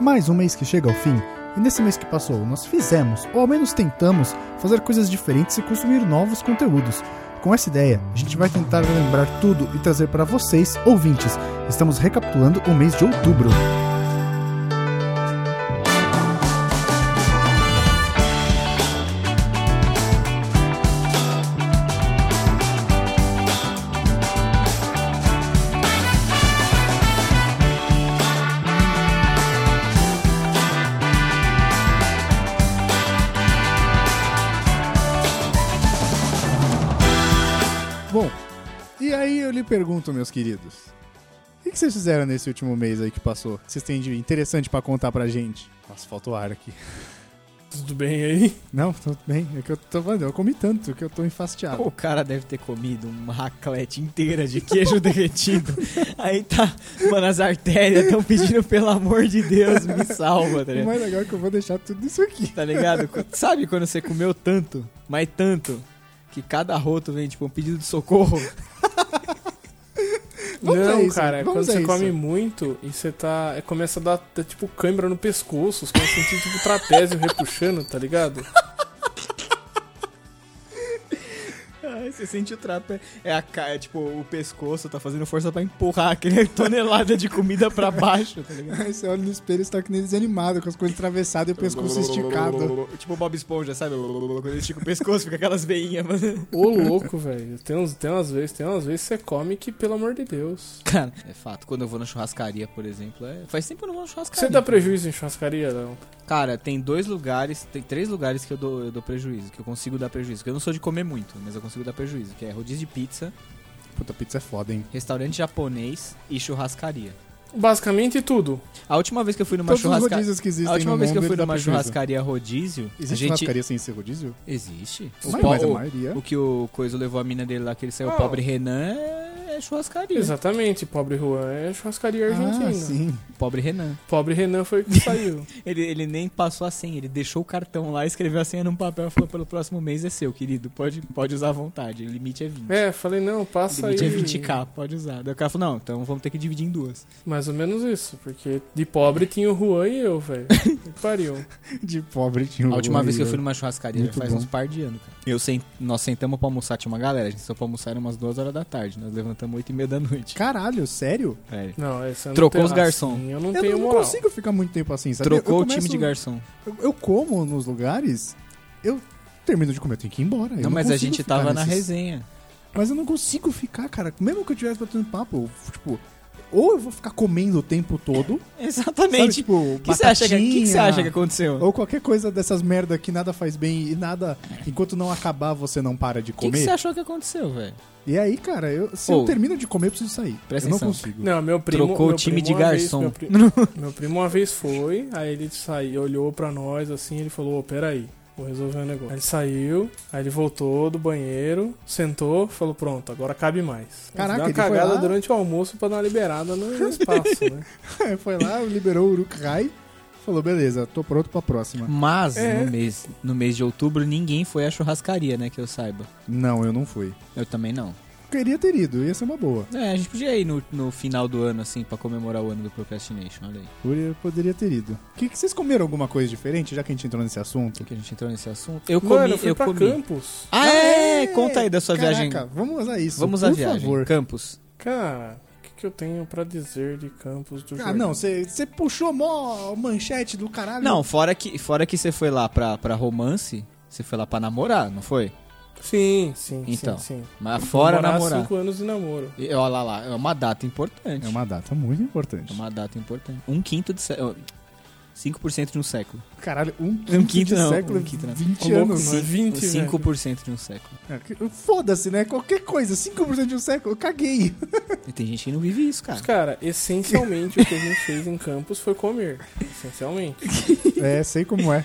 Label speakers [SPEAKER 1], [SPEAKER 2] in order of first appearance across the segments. [SPEAKER 1] Mais um mês que chega ao fim, e nesse mês que passou, nós fizemos, ou ao menos tentamos, fazer coisas diferentes e consumir novos conteúdos. Com essa ideia, a gente vai tentar lembrar tudo e trazer para vocês, ouvintes. Estamos recapitulando o mês de outubro. Bom, e aí eu lhe pergunto, meus queridos, o que que vocês fizeram nesse último mês aí que passou? que Vocês têm de interessante pra contar pra gente? Nossa, faltou ar aqui.
[SPEAKER 2] Tudo bem aí?
[SPEAKER 1] Não, tudo bem. É que eu tô, mano, eu comi tanto que eu tô enfastiado.
[SPEAKER 3] O cara deve ter comido um uma raclete inteira de queijo derretido. Aí tá, mano, as artérias estão pedindo, pelo amor de Deus, me salva, tá
[SPEAKER 1] O
[SPEAKER 3] ligado?
[SPEAKER 1] mais legal é que eu vou deixar tudo isso aqui.
[SPEAKER 3] Tá ligado? Co- Sabe quando você comeu tanto, mas tanto, que cada roto vem, tipo, um pedido de socorro?
[SPEAKER 1] Vamos
[SPEAKER 2] não,
[SPEAKER 1] a isso,
[SPEAKER 2] cara, é
[SPEAKER 1] vamos
[SPEAKER 2] quando
[SPEAKER 1] a
[SPEAKER 2] você
[SPEAKER 1] isso.
[SPEAKER 2] come muito e você tá. é, começa a dar, tá, tipo câimbra no pescoço, você começa a sentir tipo trapézio repuxando, tá ligado?
[SPEAKER 3] Ai, você sente o trapo. É a cara, tipo, o pescoço tá fazendo força pra empurrar aquele tonelada de comida pra baixo, tá ligado?
[SPEAKER 1] Aí você olha no espelho e está que nem desanimado, com as coisas atravessadas e o pescoço esticado.
[SPEAKER 3] Tipo o Bob Esponja, sabe? Quando ele estica o pescoço, fica aquelas veinhas, mano.
[SPEAKER 2] Ô louco, velho. Tem, uns- tem umas vezes, tem umas vezes que você come que, pelo amor de Deus.
[SPEAKER 3] Cara, é fato. Quando eu vou na churrascaria, por exemplo, é... faz tempo que eu não vou na churrascaria.
[SPEAKER 2] Você dá prejuízo em churrascaria, não?
[SPEAKER 3] Cara, tem dois lugares, tem três lugares que eu dou, eu dou prejuízo, que eu consigo dar prejuízo. Que eu não sou de comer muito, mas eu consigo dar prejuízo. Que é rodízio de pizza,
[SPEAKER 1] Puta, pizza é foda, hein?
[SPEAKER 3] restaurante japonês e churrascaria.
[SPEAKER 2] Basicamente tudo.
[SPEAKER 3] A última vez que eu fui numa
[SPEAKER 1] Todos os
[SPEAKER 3] churrascaria...
[SPEAKER 1] rodízios que existem
[SPEAKER 3] A última
[SPEAKER 1] no
[SPEAKER 3] vez que eu
[SPEAKER 1] mundo,
[SPEAKER 3] fui
[SPEAKER 1] ele dá
[SPEAKER 3] numa
[SPEAKER 1] prejuízo.
[SPEAKER 3] churrascaria rodízio... a
[SPEAKER 1] Existe
[SPEAKER 3] gente...
[SPEAKER 1] churrascaria sem ser rodízio?
[SPEAKER 3] Existe. O,
[SPEAKER 1] Mas, é
[SPEAKER 3] pau-
[SPEAKER 1] mas a
[SPEAKER 3] o-
[SPEAKER 1] maioria...
[SPEAKER 3] o que o Coiso levou a mina dele lá, que ele saiu
[SPEAKER 2] Ah.
[SPEAKER 3] pobre Renan, é é churrascaria.
[SPEAKER 2] Exatamente, pobre Juan é churrascaria argentina.
[SPEAKER 1] Ah, sim.
[SPEAKER 3] Pobre Renan.
[SPEAKER 2] Pobre Renan foi o que saiu.
[SPEAKER 3] Ele, ele nem passou a senha, ele deixou o cartão lá, escreveu a senha num papel e falou: pelo próximo mês é seu, querido. Pode, pode usar à vontade. O limite é 20.
[SPEAKER 2] é, falei, não, passa
[SPEAKER 3] o limite
[SPEAKER 2] aí.
[SPEAKER 3] é 20k, pode usar. Daí o cara falou: não, então vamos ter que dividir em duas.
[SPEAKER 2] Mais ou menos isso, porque de pobre tinha o Juan e eu, velho. Que Pariu.
[SPEAKER 1] De pobre tinha
[SPEAKER 3] A última vez que eu fui
[SPEAKER 1] no...
[SPEAKER 3] numa churrascaria já
[SPEAKER 1] Muito
[SPEAKER 3] faz
[SPEAKER 1] bom.
[SPEAKER 3] uns par de anos, cara. Eu sen- nós sentamos pra almoçar, tinha uma galera, a gente só pra almoçar era umas duas horas da tarde. Nós levantamos 8 e meia da noite.
[SPEAKER 1] Caralho, sério?
[SPEAKER 3] Velho.
[SPEAKER 2] Não, essa eu não
[SPEAKER 3] Trocou
[SPEAKER 2] tenho-
[SPEAKER 3] os garçom.
[SPEAKER 2] assim, eu não
[SPEAKER 1] eu
[SPEAKER 2] tenho
[SPEAKER 1] não
[SPEAKER 2] moral.
[SPEAKER 1] consigo ficar muito tempo assim, sabe?
[SPEAKER 3] Trocou
[SPEAKER 1] Eu
[SPEAKER 3] o time
[SPEAKER 1] começo-
[SPEAKER 3] de garçom.
[SPEAKER 1] Eu, eu como nos lugares, eu termino de comer, eu tenho que ir embora. eu
[SPEAKER 3] Não, mas a
[SPEAKER 1] consigo
[SPEAKER 3] gente
[SPEAKER 1] ficar
[SPEAKER 3] tava na
[SPEAKER 1] nesses-
[SPEAKER 3] resenha.
[SPEAKER 1] Mas eu não consigo ficar, cara. Mesmo que eu estivesse batendo papo, eu, tipo, ou eu vou ficar comendo o tempo todo. sabe,
[SPEAKER 3] Exatamente.
[SPEAKER 1] tipo,
[SPEAKER 3] O que você acha que- que que você acha que é
[SPEAKER 1] batatinha,
[SPEAKER 3] aconteceu?
[SPEAKER 1] Ou qualquer coisa dessas merda que nada faz bem e nada. Enquanto não acabar, você não para de
[SPEAKER 3] O que
[SPEAKER 1] comer.
[SPEAKER 3] que você achou que aconteceu, velho?
[SPEAKER 1] E aí, cara, eu, se
[SPEAKER 3] Ou-
[SPEAKER 1] eu termino de comer, eu preciso sair.
[SPEAKER 3] Presta
[SPEAKER 1] eu não
[SPEAKER 3] atenção.
[SPEAKER 1] consigo.
[SPEAKER 2] Não, meu primo.
[SPEAKER 3] Trocou
[SPEAKER 2] meu
[SPEAKER 3] o time
[SPEAKER 2] primo
[SPEAKER 3] de
[SPEAKER 2] uma vez-
[SPEAKER 3] garçom.
[SPEAKER 2] meu, pri- meu primo uma vez foi, aí ele saiu, olhou pra nós assim, ele falou: Ô, peraí, vou resolver um negócio. Aí ele saiu, aí ele voltou do banheiro, sentou, falou: Pronto, agora cabe mais.
[SPEAKER 1] Caraca,
[SPEAKER 2] deu uma
[SPEAKER 1] ele foi
[SPEAKER 2] cagada
[SPEAKER 1] lá?
[SPEAKER 2] durante o almoço pra dar uma liberada no espaço, né?
[SPEAKER 1] Aí Foi lá, liberou o Urukai, falou, beleza, tô pronto pra próxima.
[SPEAKER 3] Mas
[SPEAKER 2] É.
[SPEAKER 3] no, mês, no mês de outubro ninguém foi à churrascaria, né? Que eu saiba.
[SPEAKER 1] Não, eu não fui.
[SPEAKER 3] Eu também não.
[SPEAKER 1] Queria ter ido, ia ser uma boa.
[SPEAKER 3] É, a gente podia ir no, no final do ano, assim, pra comemorar o ano do Procrastination, olha aí.
[SPEAKER 1] Poderia, poderia ter ido. Que, que vocês comeram alguma coisa diferente, já que a gente entrou nesse assunto?
[SPEAKER 3] Por que a gente entrou nesse assunto? Eu comi,
[SPEAKER 2] Mano, eu
[SPEAKER 3] eu,
[SPEAKER 2] fui pra
[SPEAKER 3] comi.
[SPEAKER 2] Campos.
[SPEAKER 3] Ah, é! Conta aí da sua
[SPEAKER 1] Caraca,
[SPEAKER 3] viagem.
[SPEAKER 1] Vamos a isso.
[SPEAKER 3] Vamos
[SPEAKER 1] por
[SPEAKER 3] à viagem.
[SPEAKER 1] Favor.
[SPEAKER 3] Campos.
[SPEAKER 2] Cara, o que, que eu tenho pra dizer de Campos do
[SPEAKER 1] Ah,
[SPEAKER 2] Jordão?
[SPEAKER 1] não, você puxou mó manchete do caralho.
[SPEAKER 3] Não, fora que fora que você foi lá pra, pra romance, você foi lá pra namorar, não foi?
[SPEAKER 2] Sim, sim,
[SPEAKER 3] Então.
[SPEAKER 2] sim. sim.
[SPEAKER 3] Mas fora
[SPEAKER 2] Namorar
[SPEAKER 3] namorar.
[SPEAKER 2] cinco anos de namoro.
[SPEAKER 3] E olha lá, é uma data importante.
[SPEAKER 1] É uma data muito importante.
[SPEAKER 3] É uma data importante. Um quinto de século. 5% de um século.
[SPEAKER 1] Caralho, um quinto,
[SPEAKER 3] quinto
[SPEAKER 1] de
[SPEAKER 3] não,
[SPEAKER 1] século,
[SPEAKER 3] um quinto não.
[SPEAKER 1] 20
[SPEAKER 2] Ô, louco,
[SPEAKER 1] anos. né?
[SPEAKER 2] mano, 20, velho.
[SPEAKER 3] 5% de um século.
[SPEAKER 1] É, que- Foda-se, né? Qualquer coisa, 5% de um século, eu caguei.
[SPEAKER 3] E tem gente que não vive isso, cara.
[SPEAKER 2] Mas, cara, essencialmente o que a gente fez em Campos foi comer. Essencialmente.
[SPEAKER 1] é, sei como é.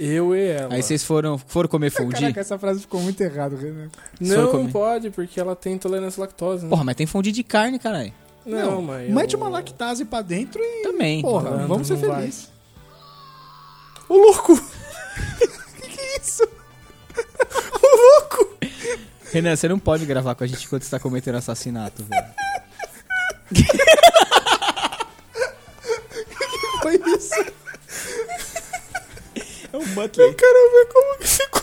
[SPEAKER 2] Eu e ela.
[SPEAKER 3] Aí vocês foram, foram comer fondue?
[SPEAKER 1] Caraca, essa frase ficou muito errada, Renan.
[SPEAKER 3] foram
[SPEAKER 2] Não,
[SPEAKER 3] comer.
[SPEAKER 2] pode, porque ela tem intolerância à lactose. Né?
[SPEAKER 3] Porra, mas tem fondue de carne, caralho.
[SPEAKER 2] não, mas. eu-
[SPEAKER 1] Mete uma lactase pra dentro e,
[SPEAKER 3] Também.
[SPEAKER 1] porra,
[SPEAKER 2] não,
[SPEAKER 1] vamos ser
[SPEAKER 2] não vai.
[SPEAKER 1] felizes.
[SPEAKER 2] Ô, louco!
[SPEAKER 3] Renan, você não pode gravar com a gente quando você tá cometendo assassinato, velho. Muttley.
[SPEAKER 2] Eu quero ver como que ficou.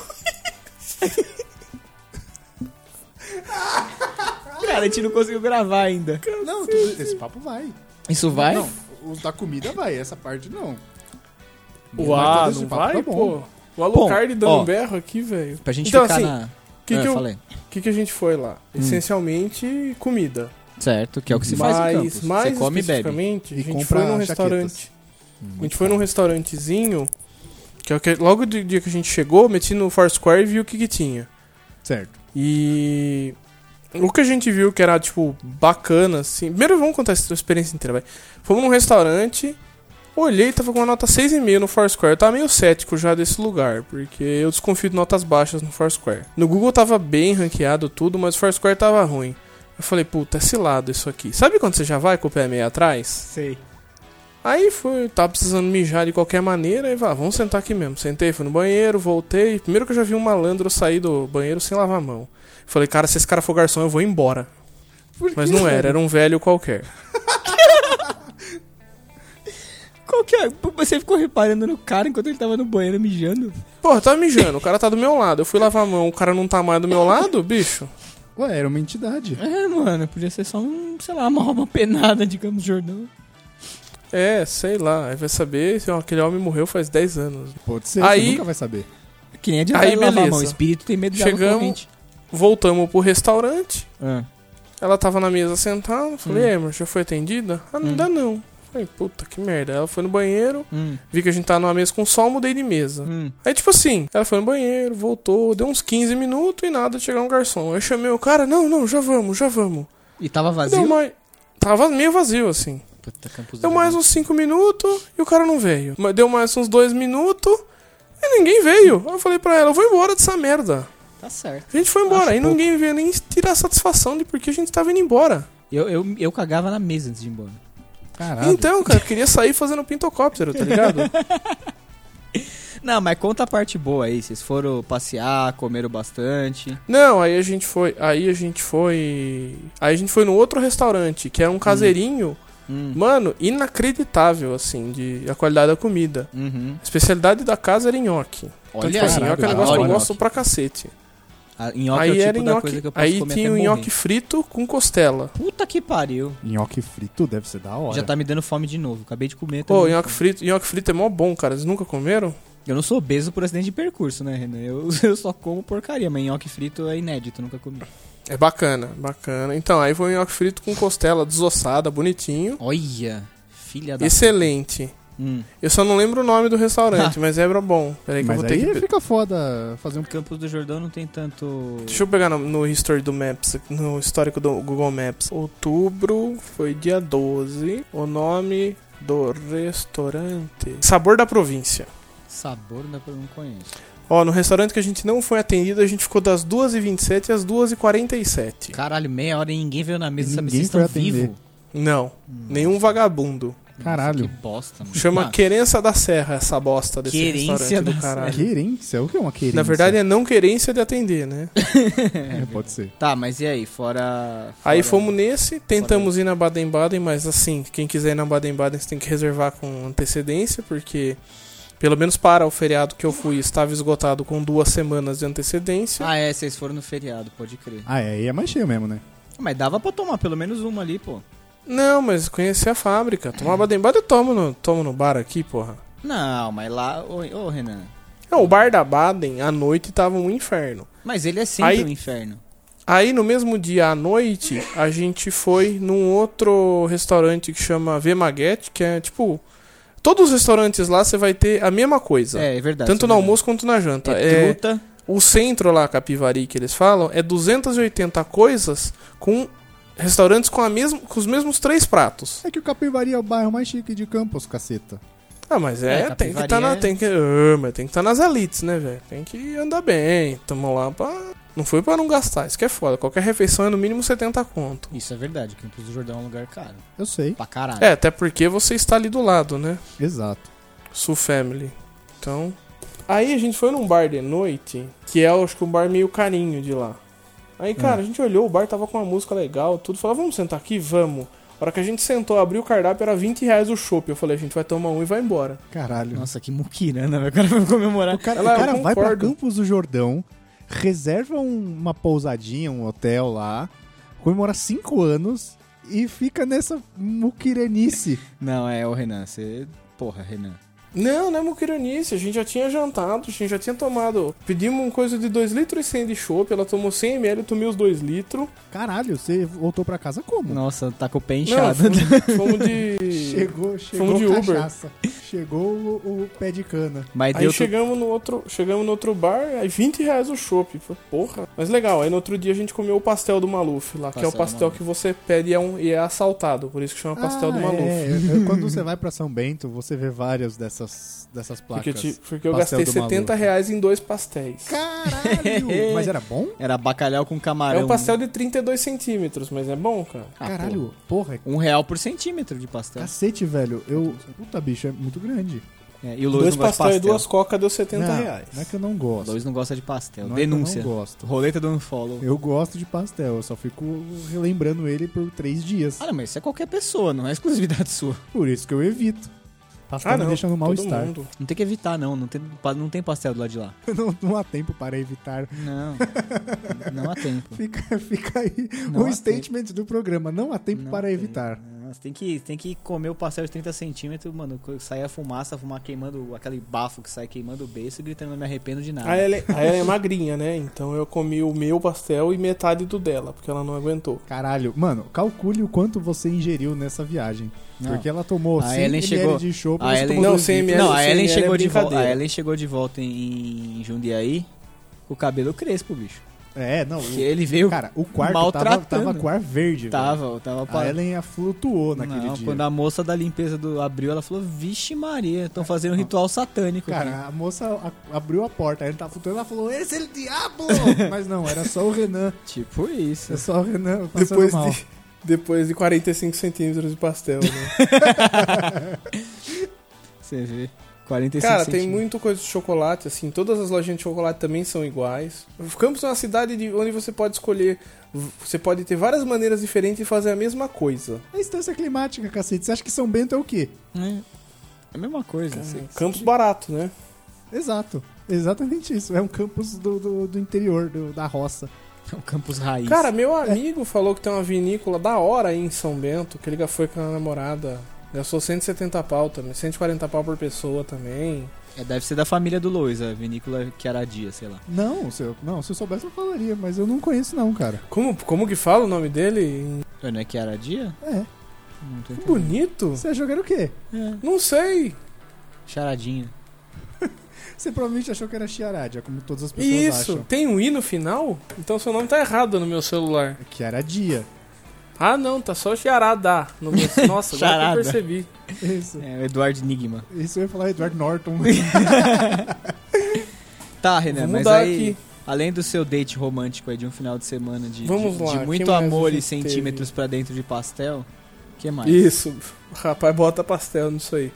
[SPEAKER 3] Cara, a gente não conseguiu gravar ainda.
[SPEAKER 1] Não, tudo- esse papo vai.
[SPEAKER 3] Isso vai?
[SPEAKER 1] Não, o da comida vai, essa parte não.
[SPEAKER 2] O
[SPEAKER 1] Mas
[SPEAKER 2] A
[SPEAKER 1] todo esse
[SPEAKER 2] não
[SPEAKER 1] papo
[SPEAKER 2] vai,
[SPEAKER 1] tá bom.
[SPEAKER 2] pô. O Alucard dando
[SPEAKER 3] ó.
[SPEAKER 2] um berro aqui, velho.
[SPEAKER 3] Pra gente
[SPEAKER 2] Então,
[SPEAKER 3] ficar
[SPEAKER 2] assim,
[SPEAKER 3] na...
[SPEAKER 2] O que,
[SPEAKER 3] Ah,
[SPEAKER 2] que, eu-
[SPEAKER 3] falei.
[SPEAKER 2] que, que a gente foi lá? Essencialmente comida.
[SPEAKER 3] Certo, que é o que se
[SPEAKER 2] mas,
[SPEAKER 3] faz em Campos.
[SPEAKER 2] mais
[SPEAKER 3] Você come e bebe.
[SPEAKER 2] especificamente,
[SPEAKER 1] E
[SPEAKER 2] a gente
[SPEAKER 1] compra
[SPEAKER 2] foi num
[SPEAKER 1] jaquetas.
[SPEAKER 2] restaurante. A gente foi num restaurantezinho, que é o que- logo do dia que a gente chegou, meti no Foursquare e vi o que que tinha.
[SPEAKER 1] Certo.
[SPEAKER 2] E o que a gente viu que era, tipo, bacana, assim. Primeiro vamos contar a experiência inteira, vai. Fomos num restaurante, olhei, tava com uma nota 6,5 no Foursquare. Eu tava meio cético já desse lugar, porque eu desconfio de notas baixas no Foursquare. No Google tava bem ranqueado tudo, mas o Foursquare tava ruim. Eu falei, puta, é cilado isso aqui. Sabe quando você já vai com o pé meio atrás?
[SPEAKER 3] Sei.
[SPEAKER 2] Aí fui, tava precisando mijar de qualquer maneira, aí vá, vamos sentar aqui mesmo. Sentei, fui no banheiro, voltei. Primeiro que eu já vi um malandro sair do banheiro sem lavar a mão. Falei, cara, se esse cara for garçom, eu vou embora. Mas não era, era um velho qualquer.
[SPEAKER 3] Qual que é? Você ficou reparando no cara enquanto ele tava no banheiro mijando?
[SPEAKER 2] Porra, eu tava mijando, o cara tá do meu lado. Eu fui lavar a mão, o cara não tá mais do meu lado, bicho.
[SPEAKER 1] Ué, era uma entidade.
[SPEAKER 3] É, mano, podia ser só um, sei lá, uma alma penada de Campos do Jordão.
[SPEAKER 2] É, sei lá, aí vai saber se aquele homem morreu faz 10 anos.
[SPEAKER 1] Pode ser,
[SPEAKER 2] Aí-
[SPEAKER 1] você nunca vai saber.
[SPEAKER 3] Que nem adiantar
[SPEAKER 2] Aí,
[SPEAKER 3] ele lavar a
[SPEAKER 2] beleza.
[SPEAKER 3] mão. O espírito tem medo de água
[SPEAKER 2] Chegamos.
[SPEAKER 3] corrente.
[SPEAKER 2] Voltamos pro restaurante,
[SPEAKER 3] Ah.
[SPEAKER 2] ela tava na mesa sentada. Falei,
[SPEAKER 3] Hum.
[SPEAKER 2] é, mas já foi atendida? Ah, não
[SPEAKER 3] Hum.
[SPEAKER 2] dá não. Falei, puta que merda. Ela foi no banheiro,
[SPEAKER 3] Hum,
[SPEAKER 2] vi que a gente tá numa mesa com sol, mudei de mesa.
[SPEAKER 3] hum.
[SPEAKER 2] Aí, tipo assim, ela foi no banheiro, voltou, deu uns 15 minutos e nada, chegar um garçom. Aí eu chamei o cara, não, não, já vamos, já vamos.
[SPEAKER 3] E tava
[SPEAKER 2] Deu
[SPEAKER 3] vazio?
[SPEAKER 2] mais... Tava meio vazio, assim.
[SPEAKER 3] Puta, Campos do
[SPEAKER 2] Deu mais
[SPEAKER 3] Jordão.
[SPEAKER 2] uns 5 minutos e o cara não veio. Mas Deu mais uns 2 minutos e ninguém veio. Aí eu falei pra ela, eu vou embora dessa merda.
[SPEAKER 3] Tá certo.
[SPEAKER 2] A gente foi embora,
[SPEAKER 3] Acho
[SPEAKER 2] aí
[SPEAKER 3] pouco.
[SPEAKER 2] ninguém veio nem tirar satisfação de por que a gente tava indo embora.
[SPEAKER 3] Eu, eu, eu cagava na mesa antes de ir embora.
[SPEAKER 1] Caralho.
[SPEAKER 2] Então, cara, eu queria sair fazendo pintocóptero, tá ligado?
[SPEAKER 3] Não, mas conta a parte boa aí. Vocês foram passear, comeram bastante.
[SPEAKER 2] Não, aí a gente foi. Aí a gente foi. Aí a gente foi num outro restaurante, que era um caseirinho,
[SPEAKER 3] Hum.
[SPEAKER 2] mano, inacreditável, assim, de a qualidade da comida.
[SPEAKER 3] Uhum.
[SPEAKER 2] A especialidade da casa era nhoque. Então, tipo assim, nhoque é um
[SPEAKER 1] caralho,
[SPEAKER 2] negócio que eu
[SPEAKER 1] adoro
[SPEAKER 2] gosto pra cacete.
[SPEAKER 3] Ah, Nhoque
[SPEAKER 2] aí
[SPEAKER 3] é o
[SPEAKER 2] era
[SPEAKER 3] tipo da coisa
[SPEAKER 2] nhoque.
[SPEAKER 3] que eu posso
[SPEAKER 2] Aí
[SPEAKER 3] comer
[SPEAKER 2] tinha
[SPEAKER 3] até
[SPEAKER 2] o
[SPEAKER 3] morrer.
[SPEAKER 2] nhoque frito com costela.
[SPEAKER 3] Puta que pariu.
[SPEAKER 1] Nhoque frito deve ser da hora.
[SPEAKER 3] Já tá me dando fome de novo. Acabei de comer
[SPEAKER 2] Pô,
[SPEAKER 3] também.
[SPEAKER 2] nhoque frito, nhoque frito é mó bom, cara. Vocês nunca comeram?
[SPEAKER 3] Eu não sou obeso por acidente de percurso, né, Renan? Eu, eu só como porcaria, mas nhoque frito é inédito, nunca comi.
[SPEAKER 2] É bacana, bacana. Então, aí foi um nhoque frito com costela desossada, bonitinho.
[SPEAKER 3] Olha, filha da...
[SPEAKER 2] Excelente.
[SPEAKER 3] Hum.
[SPEAKER 2] Eu só não lembro o nome do restaurante, mas é bom. Peraí que eu
[SPEAKER 1] Mas
[SPEAKER 2] vou ter
[SPEAKER 1] aí
[SPEAKER 2] que
[SPEAKER 1] fica foda fazer um...
[SPEAKER 3] Campos do Jordão não tem tanto...
[SPEAKER 2] Deixa eu pegar no, no history do Maps, no histórico do Google Maps. Outubro foi dia 12. O nome do restaurante. Sabor da província.
[SPEAKER 3] Sabor da eu não conheço.
[SPEAKER 2] Ó, no restaurante que a gente não foi atendido, a gente ficou das 2h27 às 2h47.
[SPEAKER 3] Caralho, meia hora e ninguém veio na mesa. Sabe,
[SPEAKER 1] Ninguém
[SPEAKER 3] vocês
[SPEAKER 1] foi
[SPEAKER 3] estão
[SPEAKER 1] atender.
[SPEAKER 3] vivos?
[SPEAKER 2] Não,
[SPEAKER 3] Hum.
[SPEAKER 2] nenhum vagabundo.
[SPEAKER 3] Nossa,
[SPEAKER 1] Caralho.
[SPEAKER 3] que bosta, mano. Ah,
[SPEAKER 2] Chama
[SPEAKER 3] Mano,
[SPEAKER 2] Querência da Serra essa bosta desse
[SPEAKER 3] Querência
[SPEAKER 2] restaurante
[SPEAKER 3] da
[SPEAKER 2] do caralho.
[SPEAKER 1] Querência? O que é uma querência?
[SPEAKER 2] Na verdade é não querência de atender, né?
[SPEAKER 1] É, pode ser.
[SPEAKER 3] Tá, mas e aí? Fora...
[SPEAKER 2] Aí
[SPEAKER 3] fora-
[SPEAKER 2] fomos nesse, tentamos ir na Baden-Baden, mas assim, quem quiser ir na Baden-Baden você tem que reservar com antecedência, porque pelo menos para o feriado que eu fui estava esgotado com duas semanas de antecedência.
[SPEAKER 3] Ah, é, vocês foram no feriado, pode crer.
[SPEAKER 1] Ah, é, aí é mais cheio mesmo, né?
[SPEAKER 3] Mas dava pra tomar pelo menos uma ali, pô.
[SPEAKER 2] Não, mas conheci a fábrica. Tomar Baden-Baden eu tomo no, tomo no bar aqui, porra.
[SPEAKER 3] Não, mas lá... Ô, ô, Renan.
[SPEAKER 2] Não, o bar da Baden à noite tava um inferno.
[SPEAKER 3] Mas ele é sempre
[SPEAKER 2] Aí-
[SPEAKER 3] um inferno.
[SPEAKER 2] Aí no mesmo dia à noite, a gente foi num outro restaurante que chama V Maguete, que é tipo. Todos os restaurantes lá você vai ter a mesma coisa.
[SPEAKER 3] É, é verdade.
[SPEAKER 2] Tanto
[SPEAKER 3] isso é
[SPEAKER 2] no
[SPEAKER 3] verdade.
[SPEAKER 2] almoço quanto na janta.
[SPEAKER 3] É,
[SPEAKER 2] É,
[SPEAKER 3] truta.
[SPEAKER 2] o centro lá, Capivari, que eles falam, é 280 coisas com restaurantes com, a mesmo, com os mesmos três pratos.
[SPEAKER 1] É que o Capivari é o bairro mais chique de Campos, caceta.
[SPEAKER 2] Ah, mas é,
[SPEAKER 3] É,
[SPEAKER 2] tem que
[SPEAKER 3] Capivari
[SPEAKER 2] tá na,
[SPEAKER 3] é-
[SPEAKER 2] tem que, ah, mas tem que tá nas elites, né, velho? Tem que andar bem. Tamo lá pra. Não foi pra não gastar, isso que é foda. Qualquer refeição é no mínimo 70 conto.
[SPEAKER 3] Isso é verdade, Campos do Jordão é um lugar caro.
[SPEAKER 1] Eu sei,
[SPEAKER 3] Pra caralho.
[SPEAKER 2] É, até porque você está ali do lado, né?
[SPEAKER 1] exato.
[SPEAKER 2] Sul Family. Então. Aí a gente foi num bar de noite, que é, acho que, um bar meio carinho de lá. Aí, cara, a gente olhou, o bar tava com uma música legal, tudo. Falou, vamos sentar "Ah, aqui? Vamos. A hora que a gente sentou, abriu o cardápio, era 20 reais o chopp. Eu falei, a gente vai tomar um e vai embora.
[SPEAKER 1] Caralho.
[SPEAKER 3] Nossa, que muquirana, velho. O cara foi comemorar.
[SPEAKER 1] O cara,
[SPEAKER 2] Ela- é,
[SPEAKER 1] o cara
[SPEAKER 2] eu
[SPEAKER 1] vai pra
[SPEAKER 2] concordo.
[SPEAKER 1] Campos do Jordão, reserva um- uma pousadinha, um hotel lá, comemora cinco anos e fica nessa muquiranice.
[SPEAKER 3] Não, é o Renan. Você. Porra, Renan.
[SPEAKER 2] Não, não é muquiranice, a gente já tinha jantado, a gente já tinha tomado. Pedimos uma coisa de 2 litros e 100 de chopp, ela tomou 100 ml, eu tomei os 2 litros.
[SPEAKER 1] Caralho, você voltou pra casa como?
[SPEAKER 3] Nossa, tá com o pé
[SPEAKER 2] Não,
[SPEAKER 3] inchado.
[SPEAKER 2] fomos, fomos de...
[SPEAKER 1] Chegou,
[SPEAKER 2] Fomos de Uber.
[SPEAKER 1] Chegou o, o pé de cana.
[SPEAKER 3] Mas
[SPEAKER 2] Aí
[SPEAKER 3] deu. tu-
[SPEAKER 2] chegamos no, outro, chegamos no outro bar, aí 20 reais o chopp. Falei, Porra. Mas legal, aí no outro dia a gente comeu o pastel do Maluf lá, que é o
[SPEAKER 3] Pastel do
[SPEAKER 2] pastel
[SPEAKER 3] Maluf.
[SPEAKER 2] que você pede e é, um- e é assaltado, por isso que chama pastel do
[SPEAKER 1] Ah,
[SPEAKER 2] Maluf.
[SPEAKER 1] é. Quando você vai pra São Bento, você vê várias dessas, dessas
[SPEAKER 2] Porque eu,
[SPEAKER 1] placas.
[SPEAKER 2] ti- porque eu
[SPEAKER 1] Pastel
[SPEAKER 2] gastei
[SPEAKER 1] do Maluf.
[SPEAKER 2] 70 reais em dois pastéis. um
[SPEAKER 1] Caralho! Mas era bom?
[SPEAKER 3] Era bacalhau com
[SPEAKER 2] É
[SPEAKER 3] camarão.
[SPEAKER 2] um pastel de 32 centímetros, mas é bom, cara.
[SPEAKER 3] Ah,
[SPEAKER 1] Caralho, porra,
[SPEAKER 3] porra.
[SPEAKER 1] é
[SPEAKER 3] Um real por centímetro de pastel.
[SPEAKER 1] cacete, velho. Eu, puta, bicho, é muito grande.
[SPEAKER 3] É, e o Lois
[SPEAKER 2] Dois
[SPEAKER 3] não gosta de
[SPEAKER 2] pastel e
[SPEAKER 3] pastel.
[SPEAKER 2] duas cocas deu 70
[SPEAKER 1] não,
[SPEAKER 2] reais.
[SPEAKER 1] Não é que eu não
[SPEAKER 3] O
[SPEAKER 1] gosto.
[SPEAKER 3] Lois não gosta de pastel.
[SPEAKER 1] Não é que eu
[SPEAKER 3] Denúncia.
[SPEAKER 1] não gosto.
[SPEAKER 3] Roleta do unfollow.
[SPEAKER 1] Eu gosto de pastel, eu só fico relembrando ele por três dias.
[SPEAKER 3] Ah, não, mas isso é qualquer pessoa, não é exclusividade sua.
[SPEAKER 1] Por isso que eu evito. Pastel
[SPEAKER 2] Ah,
[SPEAKER 1] me
[SPEAKER 2] não.
[SPEAKER 1] deixa no
[SPEAKER 2] Todo
[SPEAKER 1] mal-estar.
[SPEAKER 2] mundo.
[SPEAKER 3] Não tem que evitar, não. Não tem, pa- não tem pastel do lado de lá.
[SPEAKER 1] Não, não há tempo para evitar.
[SPEAKER 3] Não. não há tempo.
[SPEAKER 1] Fica, fica aí
[SPEAKER 3] Não
[SPEAKER 1] o
[SPEAKER 3] há
[SPEAKER 1] statement do programa. Não há tempo
[SPEAKER 3] Não
[SPEAKER 1] para
[SPEAKER 3] tem.
[SPEAKER 1] evitar.
[SPEAKER 3] Não, Você tem que, tem que comer o pastel de 30 centímetros, mano. co- Sair a fumaça, fumar queimando aquele bafo que sai queimando o beiço e gritando, não me arrependo de nada.
[SPEAKER 1] Ah.
[SPEAKER 2] A Ellen, a Ellen é magrinha, né? Então eu comi o meu pastel e metade do dela, porque ela não aguentou.
[SPEAKER 1] Caralho, mano, calcule o quanto você ingeriu nessa viagem.
[SPEAKER 3] Não.
[SPEAKER 1] Porque ela tomou
[SPEAKER 3] A
[SPEAKER 1] 100
[SPEAKER 3] Ellen
[SPEAKER 1] ml
[SPEAKER 3] chegou-
[SPEAKER 1] de chopp,
[SPEAKER 3] A
[SPEAKER 1] você
[SPEAKER 3] Ellen,
[SPEAKER 1] tomou
[SPEAKER 2] Não,
[SPEAKER 1] dois
[SPEAKER 2] 100
[SPEAKER 1] litros.
[SPEAKER 2] ml
[SPEAKER 3] Não, a Ellen
[SPEAKER 2] CML é
[SPEAKER 3] chegou de volta. A
[SPEAKER 2] brincadeira.
[SPEAKER 3] Ellen chegou de volta em, em Jundiaí com o cabelo crespo, bicho.
[SPEAKER 1] É, não.
[SPEAKER 3] Porque
[SPEAKER 1] O,
[SPEAKER 3] ele veio.
[SPEAKER 1] cara, o quarto tava,
[SPEAKER 3] maltratando.
[SPEAKER 1] tava com ar verde. velho.
[SPEAKER 3] tava, tava
[SPEAKER 1] A Ellen a flutuou naquele
[SPEAKER 3] Não,
[SPEAKER 1] dia.
[SPEAKER 3] quando a moça da limpeza do abriu, ela falou: Vixe Maria, estão fazendo um ritual satânico. aqui."
[SPEAKER 1] Cara, a moça a- abriu a porta, ele tava flutuando, ela falou, esse é o diabo! Mas não, era só o Renan.
[SPEAKER 3] tipo isso.
[SPEAKER 1] É só o Renan passando
[SPEAKER 2] Depois
[SPEAKER 1] mal.
[SPEAKER 2] de, depois de 45 centímetros de pastel, né?
[SPEAKER 3] Você vê. 45
[SPEAKER 2] Cara, tem
[SPEAKER 3] centímetros.
[SPEAKER 2] muita coisa de chocolate, assim. Todas as lojinhas de chocolate também são iguais. O Campos é uma cidade de- onde você pode escolher. Você pode ter várias maneiras diferentes de fazer a mesma coisa.
[SPEAKER 1] É instância climática, cacete. Você acha que São Bento é o quê?
[SPEAKER 3] É a mesma coisa.
[SPEAKER 2] É,
[SPEAKER 3] você-
[SPEAKER 2] Campos barato, né?
[SPEAKER 1] Exato. Exatamente isso. É um campus do, do, do interior, do- da roça.
[SPEAKER 3] É o campus raiz.
[SPEAKER 2] Cara, meu
[SPEAKER 1] É.
[SPEAKER 2] amigo falou que tem uma vinícola da hora aí em São Bento, que ele foi com a namorada. Gastou 170 pau também, 140 pau por pessoa também.
[SPEAKER 3] É, deve ser da família do Lois, a vinícola Chiaradia, sei lá.
[SPEAKER 1] Não, se eu, não, se eu soubesse eu falaria, mas eu não conheço não, cara.
[SPEAKER 2] Como, como que fala o nome dele?
[SPEAKER 3] Não é Chiaradia?
[SPEAKER 1] É.
[SPEAKER 3] Não
[SPEAKER 2] Que
[SPEAKER 3] tô entendendo.
[SPEAKER 2] bonito.
[SPEAKER 1] Você achou que era o quê?
[SPEAKER 3] É,
[SPEAKER 2] Não sei.
[SPEAKER 3] charadinha.
[SPEAKER 1] Você provavelmente achou que era Chiaradia, como todas as pessoas
[SPEAKER 2] E isso,
[SPEAKER 1] acham.
[SPEAKER 2] tem um i no final? Então seu nome tá errado no meu celular.
[SPEAKER 1] Que era dia.
[SPEAKER 2] Ah não, tá só Charada no meu... Nossa, agora que
[SPEAKER 3] Charada.
[SPEAKER 2] eu percebi.
[SPEAKER 1] Isso.
[SPEAKER 3] É, o Eduardo Enigma.
[SPEAKER 1] Isso eu ia falar Edward Norton.
[SPEAKER 3] Tá, Renan,
[SPEAKER 2] Vou
[SPEAKER 3] mas
[SPEAKER 2] mudar
[SPEAKER 3] aí.
[SPEAKER 2] aqui.
[SPEAKER 3] Além do seu date romântico aí de um final de semana de,
[SPEAKER 2] Vamos
[SPEAKER 3] de-
[SPEAKER 2] lá,
[SPEAKER 3] de
[SPEAKER 2] que
[SPEAKER 3] muito
[SPEAKER 2] mais
[SPEAKER 3] amor
[SPEAKER 2] a
[SPEAKER 3] e
[SPEAKER 2] gente teve?
[SPEAKER 3] centímetros pra dentro de pastel, o que mais?
[SPEAKER 2] Isso, rapaz, bota pastel nisso aí.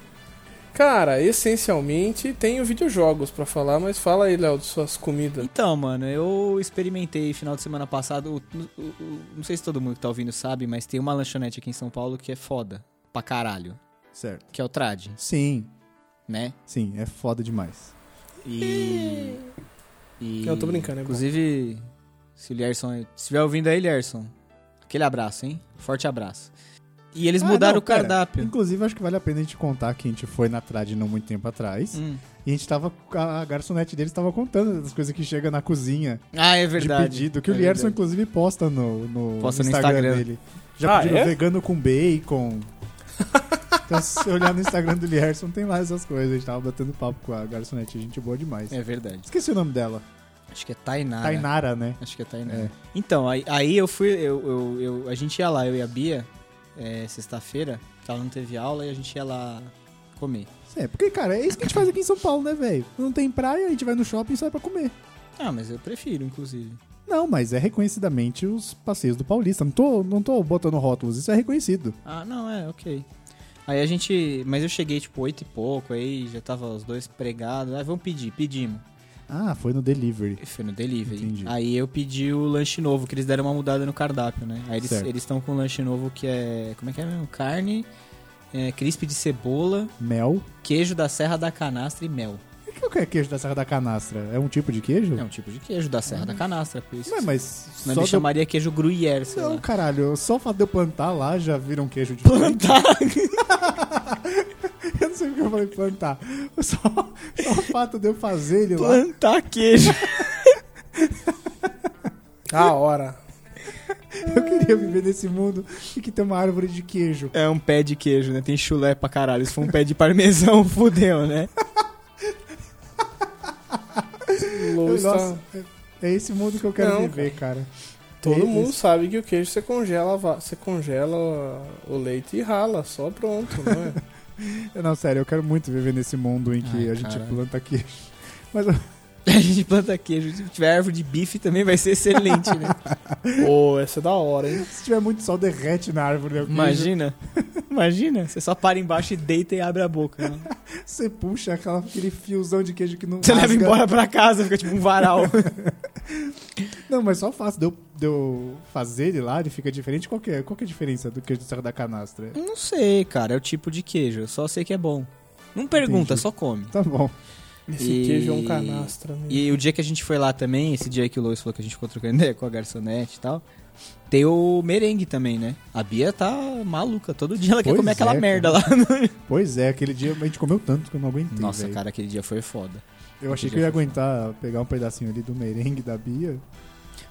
[SPEAKER 2] Cara, essencialmente tenho videojogos pra falar, mas fala aí, Léo, de suas comidas.
[SPEAKER 3] Então, mano, eu experimentei final de semana passado. o- o- o- não sei se todo mundo que tá ouvindo sabe, mas tem uma lanchonete aqui em São Paulo que é foda. Pra caralho.
[SPEAKER 1] certo.
[SPEAKER 3] Que é o Trad,
[SPEAKER 1] Sim,
[SPEAKER 3] né?
[SPEAKER 1] sim, é foda demais.
[SPEAKER 3] E. e-
[SPEAKER 2] Eu tô brincando, é bom.
[SPEAKER 3] Inclusive, se o Lierson. Se estiver ouvindo aí, Lierson. Aquele abraço, hein? Forte abraço. E eles
[SPEAKER 1] Ah,
[SPEAKER 3] mudaram
[SPEAKER 1] não,
[SPEAKER 3] o
[SPEAKER 1] pera.
[SPEAKER 3] cardápio.
[SPEAKER 1] Inclusive, acho que vale a pena a gente contar que a gente foi na Trad não muito tempo atrás.
[SPEAKER 3] Hum.
[SPEAKER 1] E a gente tava. A a garçonete deles tava contando as coisas que chega na cozinha
[SPEAKER 3] Ah, é verdade.
[SPEAKER 1] de pedido. Que
[SPEAKER 3] é
[SPEAKER 1] o Lierson,
[SPEAKER 3] verdade.
[SPEAKER 1] inclusive, posta no, no,
[SPEAKER 3] Posta
[SPEAKER 1] no
[SPEAKER 3] no
[SPEAKER 1] Instagram,
[SPEAKER 3] Instagram.
[SPEAKER 1] dele. Já
[SPEAKER 2] Ah,
[SPEAKER 1] pediram
[SPEAKER 2] é?
[SPEAKER 1] vegano com bacon. então, se você olhar no Instagram do Lierson, tem lá essas coisas. A gente tava batendo papo com a garçonete, gente boa demais.
[SPEAKER 3] É verdade.
[SPEAKER 1] Esqueci o nome dela.
[SPEAKER 3] Acho que é Tainara.
[SPEAKER 1] Tainara, né?
[SPEAKER 3] Acho que é Tainá.
[SPEAKER 1] É.
[SPEAKER 3] Então, aí, aí eu fui, eu, eu- eu- a gente ia lá, eu e a Bia, é, sexta-feira, que ela não teve aula, e a gente ia lá comer.
[SPEAKER 1] É, porque, cara, é isso que a gente faz aqui em São Paulo, né, velho? Não tem praia, a gente vai no shopping e sai pra comer.
[SPEAKER 3] Ah, mas eu prefiro, inclusive.
[SPEAKER 1] Não, mas é reconhecidamente os passeios do Paulista. Não tô, não tô botando rótulos, isso é reconhecido.
[SPEAKER 3] Ah, não, é, ok. Aí a gente, mas eu cheguei tipo oito e pouco, aí já tava os dois pregados, aí vamos ah, pedir, pedimos.
[SPEAKER 1] Ah, foi no delivery.
[SPEAKER 3] Foi no delivery.
[SPEAKER 1] Entendi.
[SPEAKER 3] Aí eu pedi o lanche novo, que eles deram uma mudada no cardápio, né? Aí eles
[SPEAKER 1] Certo.
[SPEAKER 3] eles estão com um lanche novo que é. Como é que é mesmo? Carne, é, crisp de cebola,
[SPEAKER 1] Mel.
[SPEAKER 3] queijo da Serra da Canastra e mel.
[SPEAKER 1] O que é que é queijo da Serra da Canastra? É um tipo de queijo?
[SPEAKER 3] É um tipo de queijo da Serra da Canastra, por isso. é
[SPEAKER 1] Ué, mas
[SPEAKER 3] Senão
[SPEAKER 1] só
[SPEAKER 3] ele
[SPEAKER 1] do-
[SPEAKER 3] chamaria queijo gruyère, sei
[SPEAKER 1] Não,
[SPEAKER 3] lá.
[SPEAKER 1] caralho, só o fato de eu plantar lá já viram queijo de
[SPEAKER 3] Plantar!
[SPEAKER 1] Eu não sei porque eu falei plantar. Só, só o fato de eu fazer ele lá.
[SPEAKER 3] Plantar queijo.
[SPEAKER 2] A hora.
[SPEAKER 1] Eu queria viver nesse mundo e que tem uma árvore de queijo.
[SPEAKER 3] É um pé de queijo, né? Tem chulé pra caralho. Se for um pé de parmesão, fudeu, né?
[SPEAKER 2] Lou
[SPEAKER 1] Eu-
[SPEAKER 2] está-
[SPEAKER 1] Nossa,
[SPEAKER 3] tá.
[SPEAKER 1] é é esse mundo que eu quero
[SPEAKER 2] Não,
[SPEAKER 1] viver, cara. É
[SPEAKER 2] Todo
[SPEAKER 1] Esse-
[SPEAKER 2] mundo sabe que o queijo você congela, a va- você congela o leite e rala, só pronto, não é?
[SPEAKER 1] Não, sério, eu quero muito viver nesse mundo em que
[SPEAKER 3] Ai,
[SPEAKER 1] a gente
[SPEAKER 3] caralho.
[SPEAKER 1] planta queijo. Mas
[SPEAKER 3] A gente planta queijo. Se tiver árvore de bife também vai ser excelente, né?
[SPEAKER 2] Pô, essa é da hora, hein?
[SPEAKER 1] se tiver muito sol, derrete na árvore. né, o queijo.
[SPEAKER 3] Imagina. Imagina. Você só para embaixo e deita e abre a boca. Né?
[SPEAKER 1] Você puxa aquela, aquele fiozão de queijo que não
[SPEAKER 3] Você leva
[SPEAKER 1] rasga.
[SPEAKER 3] embora pra casa, fica tipo um varal.
[SPEAKER 1] Não, mas só o fato de eu, de eu fazer ele lá, ele fica diferente. Qual que é, qual que é a diferença do queijo do Serra da Canastra?
[SPEAKER 2] Hum?
[SPEAKER 3] Não sei, cara. É o tipo de queijo. Eu só sei que é bom. Não pergunta,
[SPEAKER 1] Entendi.
[SPEAKER 3] só come.
[SPEAKER 1] Tá bom.
[SPEAKER 2] Esse
[SPEAKER 3] E-
[SPEAKER 2] queijo é um canastra, né?
[SPEAKER 3] E o dia que a gente foi lá também, esse dia que o Lois falou que a gente ficou trocando ideia com a garçonete e tal, tem o merengue também, né? A Bia tá maluca. Todo dia ela quer
[SPEAKER 1] Pois
[SPEAKER 3] comer
[SPEAKER 1] é,
[SPEAKER 3] aquela
[SPEAKER 1] cara.
[SPEAKER 3] merda lá.
[SPEAKER 1] Pois é, aquele dia a gente comeu tanto que eu não aguentei.
[SPEAKER 3] Nossa,
[SPEAKER 1] velho.
[SPEAKER 3] cara, aquele dia foi foda.
[SPEAKER 1] Eu achei que eu ia aguentar pegar um pedacinho ali do merengue da Bia.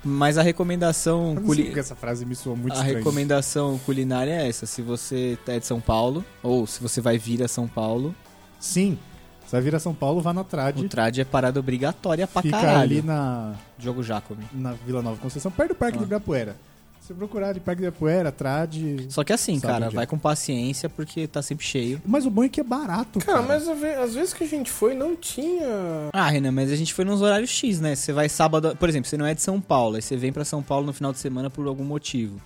[SPEAKER 3] Mas a recomendação...
[SPEAKER 1] Eu não
[SPEAKER 3] Um culi- Ah,
[SPEAKER 1] sei porque essa frase me soou assim, muito
[SPEAKER 3] a
[SPEAKER 1] estranha.
[SPEAKER 3] recomendação culinária é essa. Se você é de São Paulo, ou se você vai vir a São Paulo,
[SPEAKER 1] Sim. Você vai vir a São Paulo, vá na Trade.
[SPEAKER 3] o trade é parada obrigatória pra
[SPEAKER 1] Fica
[SPEAKER 3] caralho.
[SPEAKER 1] ali na,
[SPEAKER 3] Jogo Jacome.
[SPEAKER 1] na Vila Nova Conceição, perto do Parque
[SPEAKER 3] Ah.
[SPEAKER 1] de Ibirapuera. Se você procurar ali Parque de Ibirapuera, Trade...
[SPEAKER 3] Só que assim,
[SPEAKER 1] Sabe
[SPEAKER 3] cara,
[SPEAKER 1] onde é.
[SPEAKER 3] vai com paciência porque tá sempre cheio.
[SPEAKER 1] Mas o bom é que é barato, cara.
[SPEAKER 2] Cara, mas a ve- às vezes que a gente foi, não tinha.
[SPEAKER 3] Ah, Renan, mas a gente foi nos horários X, né? Você vai sábado, por exemplo, você não é de São Paulo, aí você vem pra São Paulo no final de semana por algum motivo.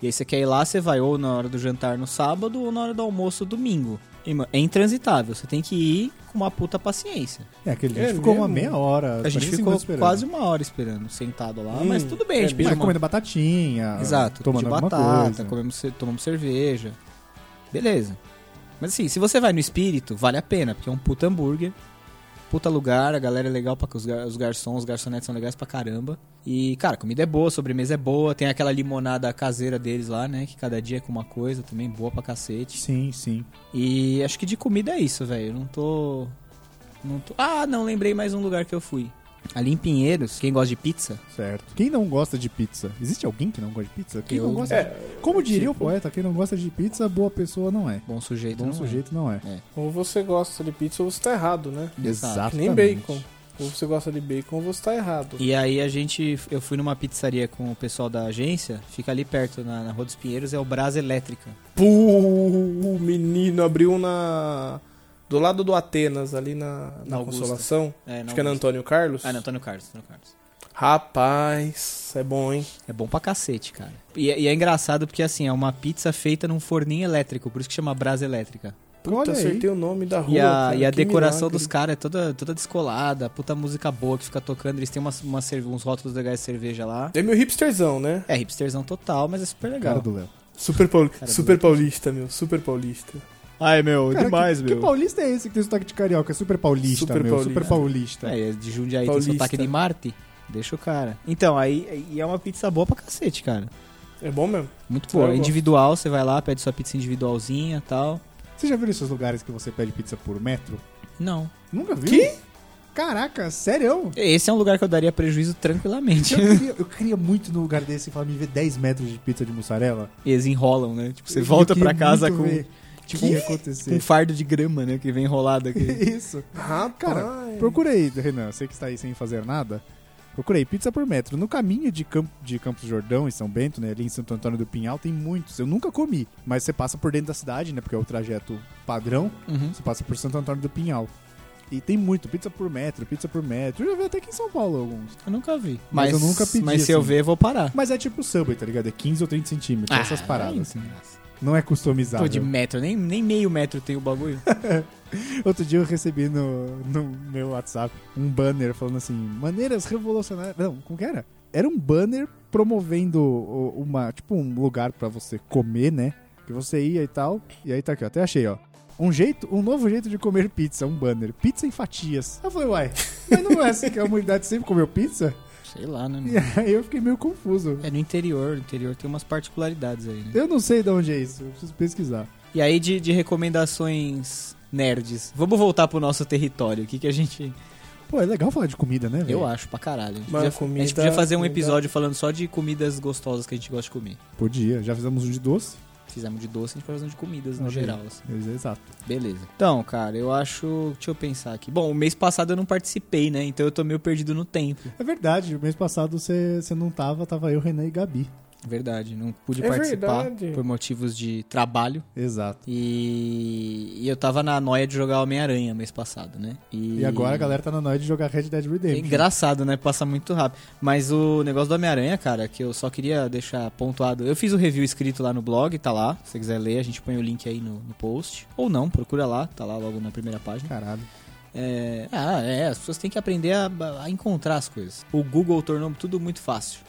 [SPEAKER 3] E aí você quer ir lá, você vai ou na hora do jantar no sábado ou na hora do almoço domingo. E, mano, é intransitável, você tem que ir com uma puta paciência.
[SPEAKER 1] É, aquele dia a
[SPEAKER 2] É
[SPEAKER 1] gente ficou uma
[SPEAKER 2] mesmo?
[SPEAKER 1] meia hora.
[SPEAKER 3] A gente
[SPEAKER 1] 45
[SPEAKER 3] ficou
[SPEAKER 1] minutos esperando.
[SPEAKER 3] quase uma hora esperando, sentado lá, mas
[SPEAKER 2] Hum,
[SPEAKER 3] tudo bem, a
[SPEAKER 2] é
[SPEAKER 3] gente pediu
[SPEAKER 1] Mas
[SPEAKER 3] uma...
[SPEAKER 1] comendo batatinha.
[SPEAKER 3] Exato,
[SPEAKER 1] Ah, Tomando
[SPEAKER 3] de
[SPEAKER 1] alguma
[SPEAKER 3] batata,
[SPEAKER 1] coisa.
[SPEAKER 3] comemos, ce- tomamos cerveja. Beleza. Mas assim, se você vai no espírito, vale a pena, porque é um puta hambúrguer. Puta lugar, a galera é legal pra os, gar- os garçons, os garçonetes são legais pra caramba. E, cara, a comida é boa, a sobremesa é boa, tem aquela limonada caseira deles lá, né? Que cada dia é com uma coisa também, boa pra cacete.
[SPEAKER 1] Sim, sim.
[SPEAKER 3] E acho que de comida é isso, velho. Não tô. Não tô. Ah, não, lembrei mais um lugar que eu fui. Ali em Pinheiros, quem gosta de pizza,
[SPEAKER 1] Certo. Quem não gosta de pizza? Existe alguém que não gosta de pizza? Quem
[SPEAKER 3] Eu-
[SPEAKER 1] não gosta
[SPEAKER 2] É,
[SPEAKER 1] de... Como diria o
[SPEAKER 2] tipo-
[SPEAKER 1] poeta, quem não gosta de pizza, boa pessoa não é.
[SPEAKER 3] bom sujeito,
[SPEAKER 1] Bom
[SPEAKER 3] não é?
[SPEAKER 1] sujeito não é.
[SPEAKER 2] ou você gosta de pizza ou você tá errado, né?
[SPEAKER 3] É. Exato.
[SPEAKER 2] Que Nem bacon. Ou você gosta de bacon ou você tá errado.
[SPEAKER 3] E aí a gente, eu fui numa pizzaria com o pessoal da agência, fica ali perto, na, na Rua dos Pinheiros, é o Brasa Elétrica.
[SPEAKER 2] Pô, o menino abriu na. Do lado do Atenas, ali na, na,
[SPEAKER 3] Na Augusta.
[SPEAKER 2] Consolação.
[SPEAKER 3] É, não,
[SPEAKER 2] Acho que é na Antônio Carlos.
[SPEAKER 3] Ah, não, Antônio Carlos, Antônio Carlos.
[SPEAKER 2] Rapaz, é bom, hein?
[SPEAKER 3] É bom pra cacete, cara. E, é- e é engraçado porque, assim, é uma pizza feita num forninho elétrico, por isso que chama Brasa Elétrica.
[SPEAKER 2] Puta,
[SPEAKER 1] Olha aí.
[SPEAKER 2] acertei o nome da rua.
[SPEAKER 3] e a,
[SPEAKER 2] cara,
[SPEAKER 3] e a
[SPEAKER 2] que
[SPEAKER 3] decoração
[SPEAKER 2] milagre.
[SPEAKER 3] dos caras é toda, toda descolada, puta música boa que fica tocando, eles têm umas, umas cerve- uns rótulos legais de cerveja lá.
[SPEAKER 2] É meu hipsterzão, né?
[SPEAKER 3] É hipsterzão total, mas é super legal.
[SPEAKER 1] Cara do Léo.
[SPEAKER 2] Super, pauli-
[SPEAKER 3] Cara,
[SPEAKER 2] super paulista, meu. Super paulista.
[SPEAKER 3] Ai, meu,
[SPEAKER 1] Cara, que, Que paulista é esse que tem sotaque de carioca? É super paulista,
[SPEAKER 2] Super
[SPEAKER 1] meu.
[SPEAKER 2] paulista.
[SPEAKER 1] Super paulista.
[SPEAKER 3] É, de Jundiaí
[SPEAKER 2] Paulista.
[SPEAKER 3] tem sotaque de Marte. Deixa o cara. Então, aí e é uma pizza boa pra cacete, cara.
[SPEAKER 2] É bom mesmo?
[SPEAKER 3] Muito
[SPEAKER 2] Eu
[SPEAKER 3] boa.
[SPEAKER 2] gosto.
[SPEAKER 3] Individual, você vai lá, pede sua pizza individualzinha e tal.
[SPEAKER 1] Você já viu esses lugares que você pede pizza por metro?
[SPEAKER 3] Não.
[SPEAKER 1] Nunca viu?
[SPEAKER 2] Que?
[SPEAKER 1] Caraca, sério?
[SPEAKER 3] Esse é um lugar que eu daria prejuízo tranquilamente.
[SPEAKER 1] Eu queria, eu queria muito no lugar desse e falar, me vê 10 metros de pizza de mussarela.
[SPEAKER 3] Eles enrolam, né? Tipo, você
[SPEAKER 1] Eu
[SPEAKER 3] volta
[SPEAKER 1] queria
[SPEAKER 3] pra casa
[SPEAKER 1] muito
[SPEAKER 3] com,
[SPEAKER 1] ver
[SPEAKER 3] tipo,
[SPEAKER 1] o que ia
[SPEAKER 3] com um
[SPEAKER 1] acontecer. É.
[SPEAKER 3] fardo de grama, né? Que vem enrolado aqui.
[SPEAKER 1] Isso.
[SPEAKER 2] Rapaz.
[SPEAKER 1] Cara, Procura aí, Renan, você que está aí sem fazer nada. Procurei pizza por metro. No caminho de, Camp de Campos do Jordão, em São Bento, né, ali em Santo Antônio do Pinhal, tem muitos. Eu nunca comi, mas você passa por dentro da cidade, né, porque é o trajeto padrão.
[SPEAKER 3] Uhum.
[SPEAKER 1] Você passa por Santo Antônio do Pinhal. E tem muito, pizza por metro, pizza por metro. Eu já vi até aqui em São Paulo alguns.
[SPEAKER 3] Eu nunca vi.
[SPEAKER 1] Mas eu nunca pedi,
[SPEAKER 3] Mas se eu
[SPEAKER 1] assim.
[SPEAKER 3] ver, eu vou parar.
[SPEAKER 1] Mas é tipo Subway, tá ligado? É 15 ou 30 centímetros, essas
[SPEAKER 3] Ah,
[SPEAKER 1] paradas.
[SPEAKER 3] aí, sem graça.
[SPEAKER 1] Não é customizado.
[SPEAKER 3] Pô, de metro, nem, nem meio metro tem o bagulho.
[SPEAKER 1] Outro dia eu recebi no, no meu WhatsApp um banner falando assim: maneiras revolucionárias. Não, como que era? Era um banner promovendo o- uma, tipo, um lugar pra você comer, né? Que você ia e tal. E aí tá aqui, ó, até achei, ó. Um jeito, um novo jeito de comer pizza, um banner. Pizza em fatias. Eu falei, uai, mas não é assim que a humanidade sempre comeu pizza?
[SPEAKER 3] Sei lá, né?
[SPEAKER 1] E
[SPEAKER 3] mano?
[SPEAKER 1] aí eu fiquei meio confuso.
[SPEAKER 3] É no interior, no interior tem umas particularidades aí, né?
[SPEAKER 1] Eu não sei de onde é isso, eu preciso pesquisar.
[SPEAKER 3] E aí de, de recomendações nerds. Vamos voltar pro nosso território. O que, que a gente.
[SPEAKER 1] Pô, é legal falar de comida, né, velho?
[SPEAKER 3] Eu acho pra caralho. A gente,
[SPEAKER 2] Mano,
[SPEAKER 3] podia, a
[SPEAKER 2] comida-
[SPEAKER 3] gente podia fazer um
[SPEAKER 2] comida-
[SPEAKER 3] episódio falando só de comidas gostosas que a gente gosta de comer.
[SPEAKER 1] Podia, já fizemos um de doce.
[SPEAKER 3] Fizemos de doce, a gente pode fazer um de comidas no
[SPEAKER 1] Olha aí.
[SPEAKER 3] geral. assim.
[SPEAKER 1] Exato.
[SPEAKER 3] Beleza. Então, cara, eu acho. Deixa eu pensar aqui. Bom, o mês passado eu não participei, né? Então eu tô meio perdido no tempo.
[SPEAKER 1] É verdade, o mês passado você você não tava, tava eu, Renan e Gabi.
[SPEAKER 3] Verdade, não pude
[SPEAKER 2] É
[SPEAKER 3] participar
[SPEAKER 2] verdade.
[SPEAKER 3] por motivos de trabalho.
[SPEAKER 1] Exato.
[SPEAKER 3] E, e eu tava na noia de jogar Homem-Aranha mês passado, né?
[SPEAKER 1] E agora a galera tá na noia de jogar Red Dead
[SPEAKER 3] É
[SPEAKER 1] Redemption.
[SPEAKER 3] engraçado, né? Passa muito rápido. Mas o negócio do Homem-Aranha, cara, que eu só queria deixar pontuado. Eu fiz o review escrito lá no blog, tá lá. Se você quiser ler, a gente põe o link aí no, no post. Ou não, procura lá, tá lá logo na primeira página.
[SPEAKER 1] Caralho.
[SPEAKER 3] É, ah, é, as pessoas têm que aprender a, a encontrar as coisas. O Google tornou tudo muito fácil.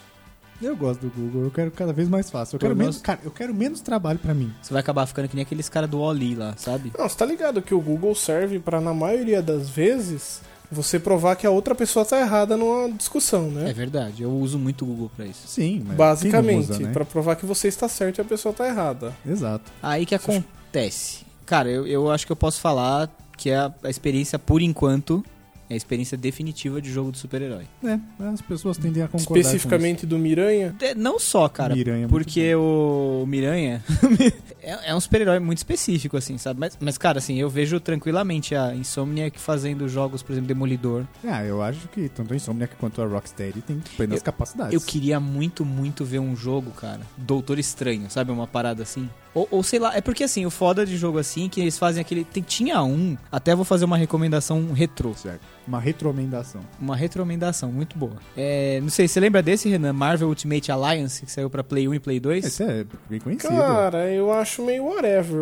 [SPEAKER 1] Eu gosto do Google, eu quero cada vez mais fácil. Eu
[SPEAKER 3] Pelo
[SPEAKER 1] quero menos,
[SPEAKER 3] menos-
[SPEAKER 1] cara, eu quero menos trabalho pra mim.
[SPEAKER 3] Você vai acabar ficando que nem aqueles caras do Oli lá, sabe?
[SPEAKER 2] Não, você tá ligado que o Google serve pra, na maioria das vezes, você provar que a outra pessoa tá errada numa discussão,
[SPEAKER 3] É
[SPEAKER 2] né?
[SPEAKER 3] verdade, eu uso muito o Google pra isso.
[SPEAKER 1] Sim, mas
[SPEAKER 2] Basicamente,
[SPEAKER 1] quem não usa, né?
[SPEAKER 2] pra provar que você está certo e a pessoa tá errada.
[SPEAKER 1] Exato.
[SPEAKER 3] Aí que acontece? Cara, eu, eu acho que eu posso falar que é a, a experiência, por enquanto, é a experiência definitiva de jogo de super-herói.
[SPEAKER 1] É, as pessoas tendem a concordar
[SPEAKER 2] Especificamente do Miranha.
[SPEAKER 3] É, Não só,
[SPEAKER 1] com isso.
[SPEAKER 3] cara,
[SPEAKER 1] Miranha é muito
[SPEAKER 3] porque o Miranha é, é um super-herói muito específico, assim, sabe? Mas, mas, cara, assim, eu vejo tranquilamente a Insomniac fazendo jogos, por exemplo, Demolidor.
[SPEAKER 1] bom. Ah, eu acho que tanto a Insomniac quanto a Rocksteady tem plenas
[SPEAKER 3] Eu-
[SPEAKER 1] capacidades.
[SPEAKER 3] Eu queria muito, muito ver um jogo, cara, Doutor Estranho, sabe? Uma parada assim. Ou, ou sei lá, é porque assim, o foda de jogo assim, é que eles fazem aquele... tem- tinha um, até vou fazer uma recomendação retrô.
[SPEAKER 1] Certo. Uma retromendação.
[SPEAKER 3] Uma retromendação muito boa. É, não sei, você lembra desse, Renan? Marvel Ultimate Alliance, que saiu pra Play 1 e Play 2?
[SPEAKER 1] Esse é bem conhecido.
[SPEAKER 2] Cara, eu acho meio whatever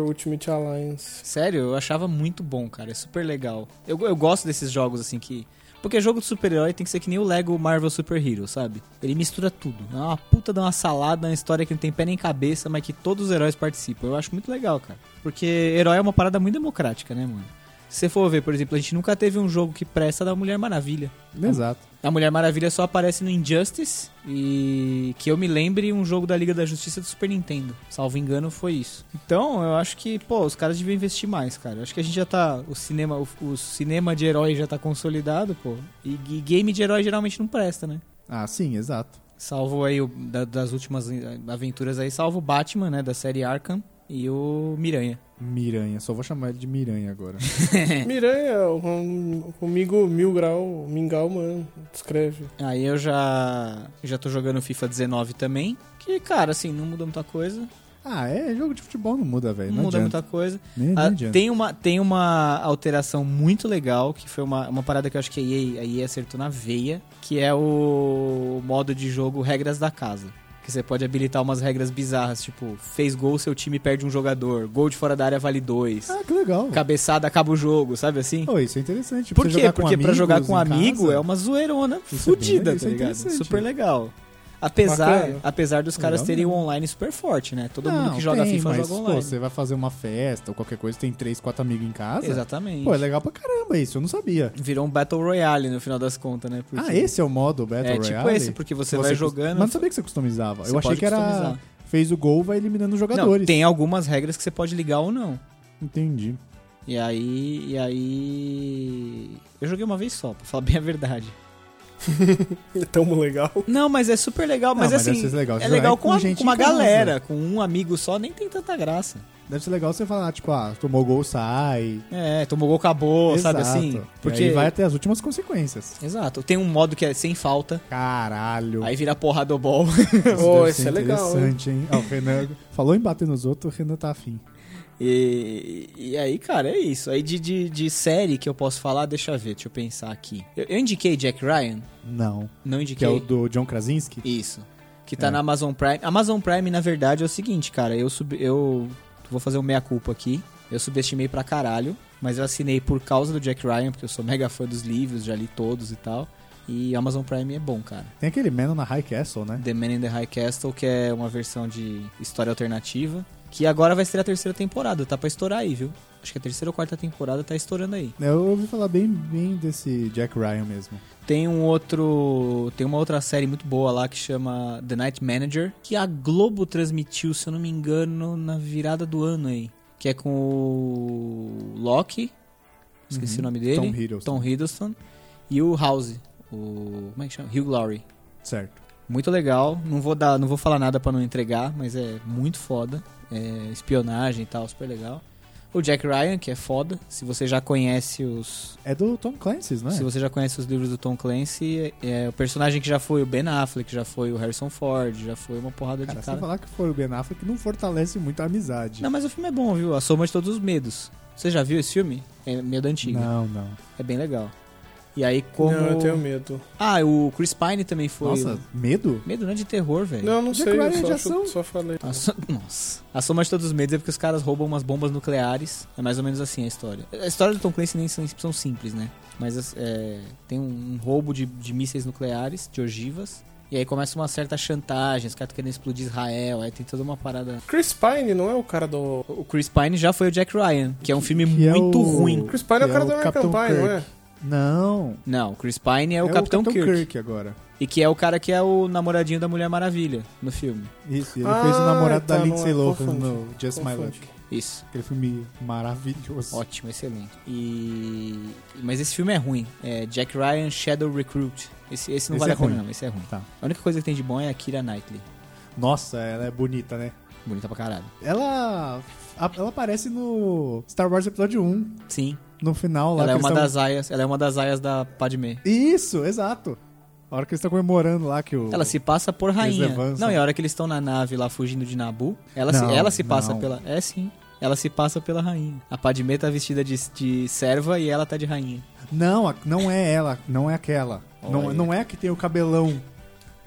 [SPEAKER 2] Ultimate Alliance.
[SPEAKER 3] Sério, eu achava muito bom, cara. É super legal. Eu, eu gosto desses jogos, assim, que... Porque jogo de super-herói tem que ser que nem o Lego Marvel Super Hero, sabe? Ele mistura tudo. É uma puta de uma salada, uma história que não tem pé nem cabeça, mas que todos os heróis participam. Eu acho muito legal, cara. Porque herói é uma parada muito democrática, né, mano? Se você for ver, por exemplo, a gente nunca teve um jogo que presta da Mulher Maravilha.
[SPEAKER 1] Exato.
[SPEAKER 3] A Mulher Maravilha só aparece no Injustice e que eu me lembre um jogo da Liga da Justiça do Super Nintendo. Salvo engano, foi isso. Então, eu acho que, pô, os caras deviam investir mais, cara. Eu acho que a gente já tá. O cinema, o, o cinema de herói já tá consolidado, pô. E, e game de herói geralmente não presta, né?
[SPEAKER 1] Ah, sim, exato.
[SPEAKER 3] Salvo aí o, da- das últimas aventuras aí, salvo o Batman, né? Da série Arkham e o Miranha.
[SPEAKER 1] Miranha, só vou chamar ele de Miranha agora. É.
[SPEAKER 2] Miranha, com- comigo Mil Grau, Mingau, mano, descreve.
[SPEAKER 3] Aí eu já. já tô jogando FIFA 19 também. Que, cara, assim, não muda muita coisa.
[SPEAKER 1] ah, é, jogo de futebol não muda, velho.
[SPEAKER 3] Não,
[SPEAKER 1] Não,
[SPEAKER 3] muda
[SPEAKER 1] adianta.
[SPEAKER 3] muita coisa.
[SPEAKER 1] Nem, nem
[SPEAKER 3] Ah,
[SPEAKER 1] adianta.
[SPEAKER 3] tem, uma, tem uma alteração muito legal, que foi uma, uma parada que eu acho que a EA, a EA acertou na veia, que é o modo de jogo regras da casa. Que você pode habilitar umas regras bizarras, tipo, fez gol, seu time perde um jogador, gol de fora da área vale dois,
[SPEAKER 1] Ah, que legal.
[SPEAKER 3] cabeçada acaba o jogo, sabe assim?
[SPEAKER 1] Oh, isso é interessante.
[SPEAKER 3] Por
[SPEAKER 1] você
[SPEAKER 3] quê?
[SPEAKER 1] jogar com
[SPEAKER 3] Porque pra
[SPEAKER 1] amigos
[SPEAKER 3] jogar com
[SPEAKER 1] em
[SPEAKER 3] amigo
[SPEAKER 1] casa,
[SPEAKER 3] é uma zoeirona
[SPEAKER 1] Isso é bem-
[SPEAKER 3] fudida,
[SPEAKER 1] isso
[SPEAKER 3] tá
[SPEAKER 1] é
[SPEAKER 3] ligado?
[SPEAKER 1] interessante.
[SPEAKER 3] Super legal. Apesar,
[SPEAKER 2] Bacana.
[SPEAKER 3] apesar dos caras
[SPEAKER 1] Legal
[SPEAKER 3] terem o
[SPEAKER 1] mesmo.
[SPEAKER 3] online super forte, né? Todo
[SPEAKER 1] Não,
[SPEAKER 3] mundo que joga
[SPEAKER 1] tem,
[SPEAKER 3] FIFA
[SPEAKER 1] mas,
[SPEAKER 3] joga online.
[SPEAKER 1] Pô, você vai fazer uma festa ou qualquer coisa, tem três, quatro amigos em casa.
[SPEAKER 3] Exatamente.
[SPEAKER 1] Pô, é legal pra caramba isso, eu não sabia.
[SPEAKER 3] Virou um Battle Royale no final das contas, né? Porque-
[SPEAKER 1] Ah, esse é o modo Battle
[SPEAKER 3] É
[SPEAKER 1] Royale?
[SPEAKER 3] tipo esse, porque você, vai
[SPEAKER 1] cus-
[SPEAKER 3] jogando.
[SPEAKER 1] Mas não sabia que você customizava.
[SPEAKER 3] você
[SPEAKER 1] eu achei
[SPEAKER 3] pode
[SPEAKER 1] que era...
[SPEAKER 3] customizar.
[SPEAKER 1] Fez o gol, vai eliminando os jogadores.
[SPEAKER 3] Não, tem algumas regras que você pode ligar ou não.
[SPEAKER 1] Entendi.
[SPEAKER 3] E aí. E aí. Eu joguei uma vez só, pra falar bem a verdade.
[SPEAKER 2] É tão legal.
[SPEAKER 3] Não, mas é super legal, mas,
[SPEAKER 1] Não, mas
[SPEAKER 3] assim.
[SPEAKER 1] deve ser legal.
[SPEAKER 3] É
[SPEAKER 1] Jogar
[SPEAKER 3] legal com,
[SPEAKER 1] com
[SPEAKER 3] a-
[SPEAKER 1] gente
[SPEAKER 3] com uma
[SPEAKER 1] em casa.
[SPEAKER 3] galera, com um amigo só, nem tem tanta graça.
[SPEAKER 1] Deve ser legal você falar, tipo, ah, tomou gol, sai.
[SPEAKER 3] É, tomou gol, acabou, sabe
[SPEAKER 1] Exato.
[SPEAKER 3] assim?
[SPEAKER 1] Porque aí vai até as últimas consequências.
[SPEAKER 3] Exato. Tem um modo que é sem falta,
[SPEAKER 1] Caralho.
[SPEAKER 3] aí vira porra do bol.
[SPEAKER 1] Isso
[SPEAKER 2] Ô,
[SPEAKER 1] deve
[SPEAKER 2] esse
[SPEAKER 1] ser
[SPEAKER 2] é legal,
[SPEAKER 1] Interessante, hein? Ó, o Renan falou em bater nos outros, o Renan tá afim.
[SPEAKER 3] E, e aí, cara, é isso. Aí de, de, de série que eu posso falar, deixa eu ver, deixa eu pensar aqui. Eu, eu indiquei Jack Ryan?
[SPEAKER 1] Não.
[SPEAKER 3] Não
[SPEAKER 1] Que
[SPEAKER 3] indiquei.
[SPEAKER 1] é o do John Krasinski?
[SPEAKER 3] Isso. que tá
[SPEAKER 1] É.
[SPEAKER 3] na Amazon Prime. Amazon Prime, na verdade, é o seguinte, cara, eu sub... eu vou fazer um meia culpa aqui. Eu subestimei pra caralho, mas eu assinei por causa do Jack Ryan, porque eu sou mega fã dos livros, já li todos e tal. E Amazon Prime é bom, cara.
[SPEAKER 1] Tem aquele Man na High Castle, né?
[SPEAKER 3] The Man in the High Castle, que é uma versão de história alternativa, que agora vai ser a terceira temporada, tá pra estourar aí, viu? Acho que a terceira ou quarta temporada tá estourando aí.
[SPEAKER 1] Eu ouvi falar bem, bem desse Jack Ryan mesmo.
[SPEAKER 3] Tem um outro. Tem uma outra série muito boa lá que chama The Night Manager, que a Globo transmitiu, se eu não me engano, na virada do ano aí. Que é com o Loki. Esqueci
[SPEAKER 1] Uhum.
[SPEAKER 3] o nome dele.
[SPEAKER 1] Tom Hiddleston.
[SPEAKER 3] Tom Hiddleston. E o House. O. Como é que chama? Hugh Laurie.
[SPEAKER 1] Certo.
[SPEAKER 3] Muito legal. Não vou dar, não vou falar nada pra não entregar, mas é muito foda. É, espionagem e tal, super legal. O Jack Ryan, que é foda. Se você já conhece os,
[SPEAKER 1] É do Tom Clancy's, não é?
[SPEAKER 3] se você já conhece os livros do Tom Clancy, é, é o personagem que já foi o Ben Affleck, já foi o Harrison Ford, já foi uma porrada
[SPEAKER 1] Cara,
[SPEAKER 3] de
[SPEAKER 1] sem
[SPEAKER 3] cara.
[SPEAKER 1] falar que foi o Ben Affleck, não fortalece muito a amizade.
[SPEAKER 3] Não, mas o filme é bom, viu? A soma de todos os medos. Você já viu esse filme? É medo antigo.
[SPEAKER 1] não. não.
[SPEAKER 3] É bem legal. E aí como
[SPEAKER 2] Não, eu tenho medo.
[SPEAKER 3] Ah, o Chris Pine também foi.
[SPEAKER 1] Nossa, medo?
[SPEAKER 3] Medo não é de terror, velho.
[SPEAKER 2] Não, eu não
[SPEAKER 1] Jack
[SPEAKER 2] sei,
[SPEAKER 1] Ryan de
[SPEAKER 2] eu só,
[SPEAKER 1] ação?
[SPEAKER 2] chu- só falei.
[SPEAKER 3] A so- Nossa. A soma de todos os medos é porque os caras roubam umas bombas nucleares. É mais ou menos assim a história. A história do Tom Clancy nem são, são simples, né? Mas é, tem um, um roubo de, de mísseis nucleares, de ogivas. E aí começa uma certa chantagem, os caras querendo explodir Israel, aí tem toda uma parada.
[SPEAKER 2] Chris Pine não é o cara do...
[SPEAKER 3] O Chris Pine já foi o Jack Ryan, que é um filme
[SPEAKER 1] Que é
[SPEAKER 3] muito
[SPEAKER 1] o-
[SPEAKER 3] ruim.
[SPEAKER 2] Chris Pine é o
[SPEAKER 1] É
[SPEAKER 2] cara
[SPEAKER 1] o
[SPEAKER 2] do American
[SPEAKER 1] Capitão
[SPEAKER 2] Pie, não é?
[SPEAKER 1] Não.
[SPEAKER 3] Não, o Chris Pine é, o Capitão, Kirk,
[SPEAKER 1] agora.
[SPEAKER 3] E que é o cara que é o namoradinho da Mulher Maravilha no filme.
[SPEAKER 1] Isso, ele
[SPEAKER 2] Ah,
[SPEAKER 1] fez o namorado
[SPEAKER 2] tá,
[SPEAKER 1] da
[SPEAKER 2] não
[SPEAKER 1] Lindsay
[SPEAKER 2] é,
[SPEAKER 1] Lohan
[SPEAKER 2] confundi,
[SPEAKER 1] no Just My Luck.
[SPEAKER 2] Confunde.
[SPEAKER 3] Isso.
[SPEAKER 1] Aquele filme maravilhoso.
[SPEAKER 3] Ótimo, excelente. E mas esse filme é ruim. É Jack Ryan Shadow Recruit. Esse, esse não
[SPEAKER 1] Esse
[SPEAKER 3] vale
[SPEAKER 1] é
[SPEAKER 3] a pena
[SPEAKER 1] ruim.
[SPEAKER 3] não, esse é ruim.
[SPEAKER 1] Tá.
[SPEAKER 3] A única coisa que tem de bom é a Kira Knightley.
[SPEAKER 1] Nossa, ela é bonita, né?
[SPEAKER 3] Bonita pra caralho.
[SPEAKER 1] Ela, a- ela aparece no Star Wars Episódio 1,
[SPEAKER 3] Sim.
[SPEAKER 1] no final lá.
[SPEAKER 3] ela é
[SPEAKER 1] que
[SPEAKER 3] uma
[SPEAKER 1] eles
[SPEAKER 3] das aias, ela é uma das aias da Padmé.
[SPEAKER 1] tão- Isso, exato. A hora que eles estão comemorando lá que o...
[SPEAKER 3] Ela se passa por rainha.
[SPEAKER 1] avançam.
[SPEAKER 3] Não, e a hora que eles estão na nave lá fugindo de Nabu, ela
[SPEAKER 1] Não,
[SPEAKER 3] se ela se passa
[SPEAKER 1] não.
[SPEAKER 3] pela É sim. Ela se passa pela rainha. A Padmé tá vestida de, de serva e ela tá de rainha.
[SPEAKER 1] Não, a- não é ela, não é aquela. Não,
[SPEAKER 3] Olha.
[SPEAKER 1] não é a que tem o cabelão.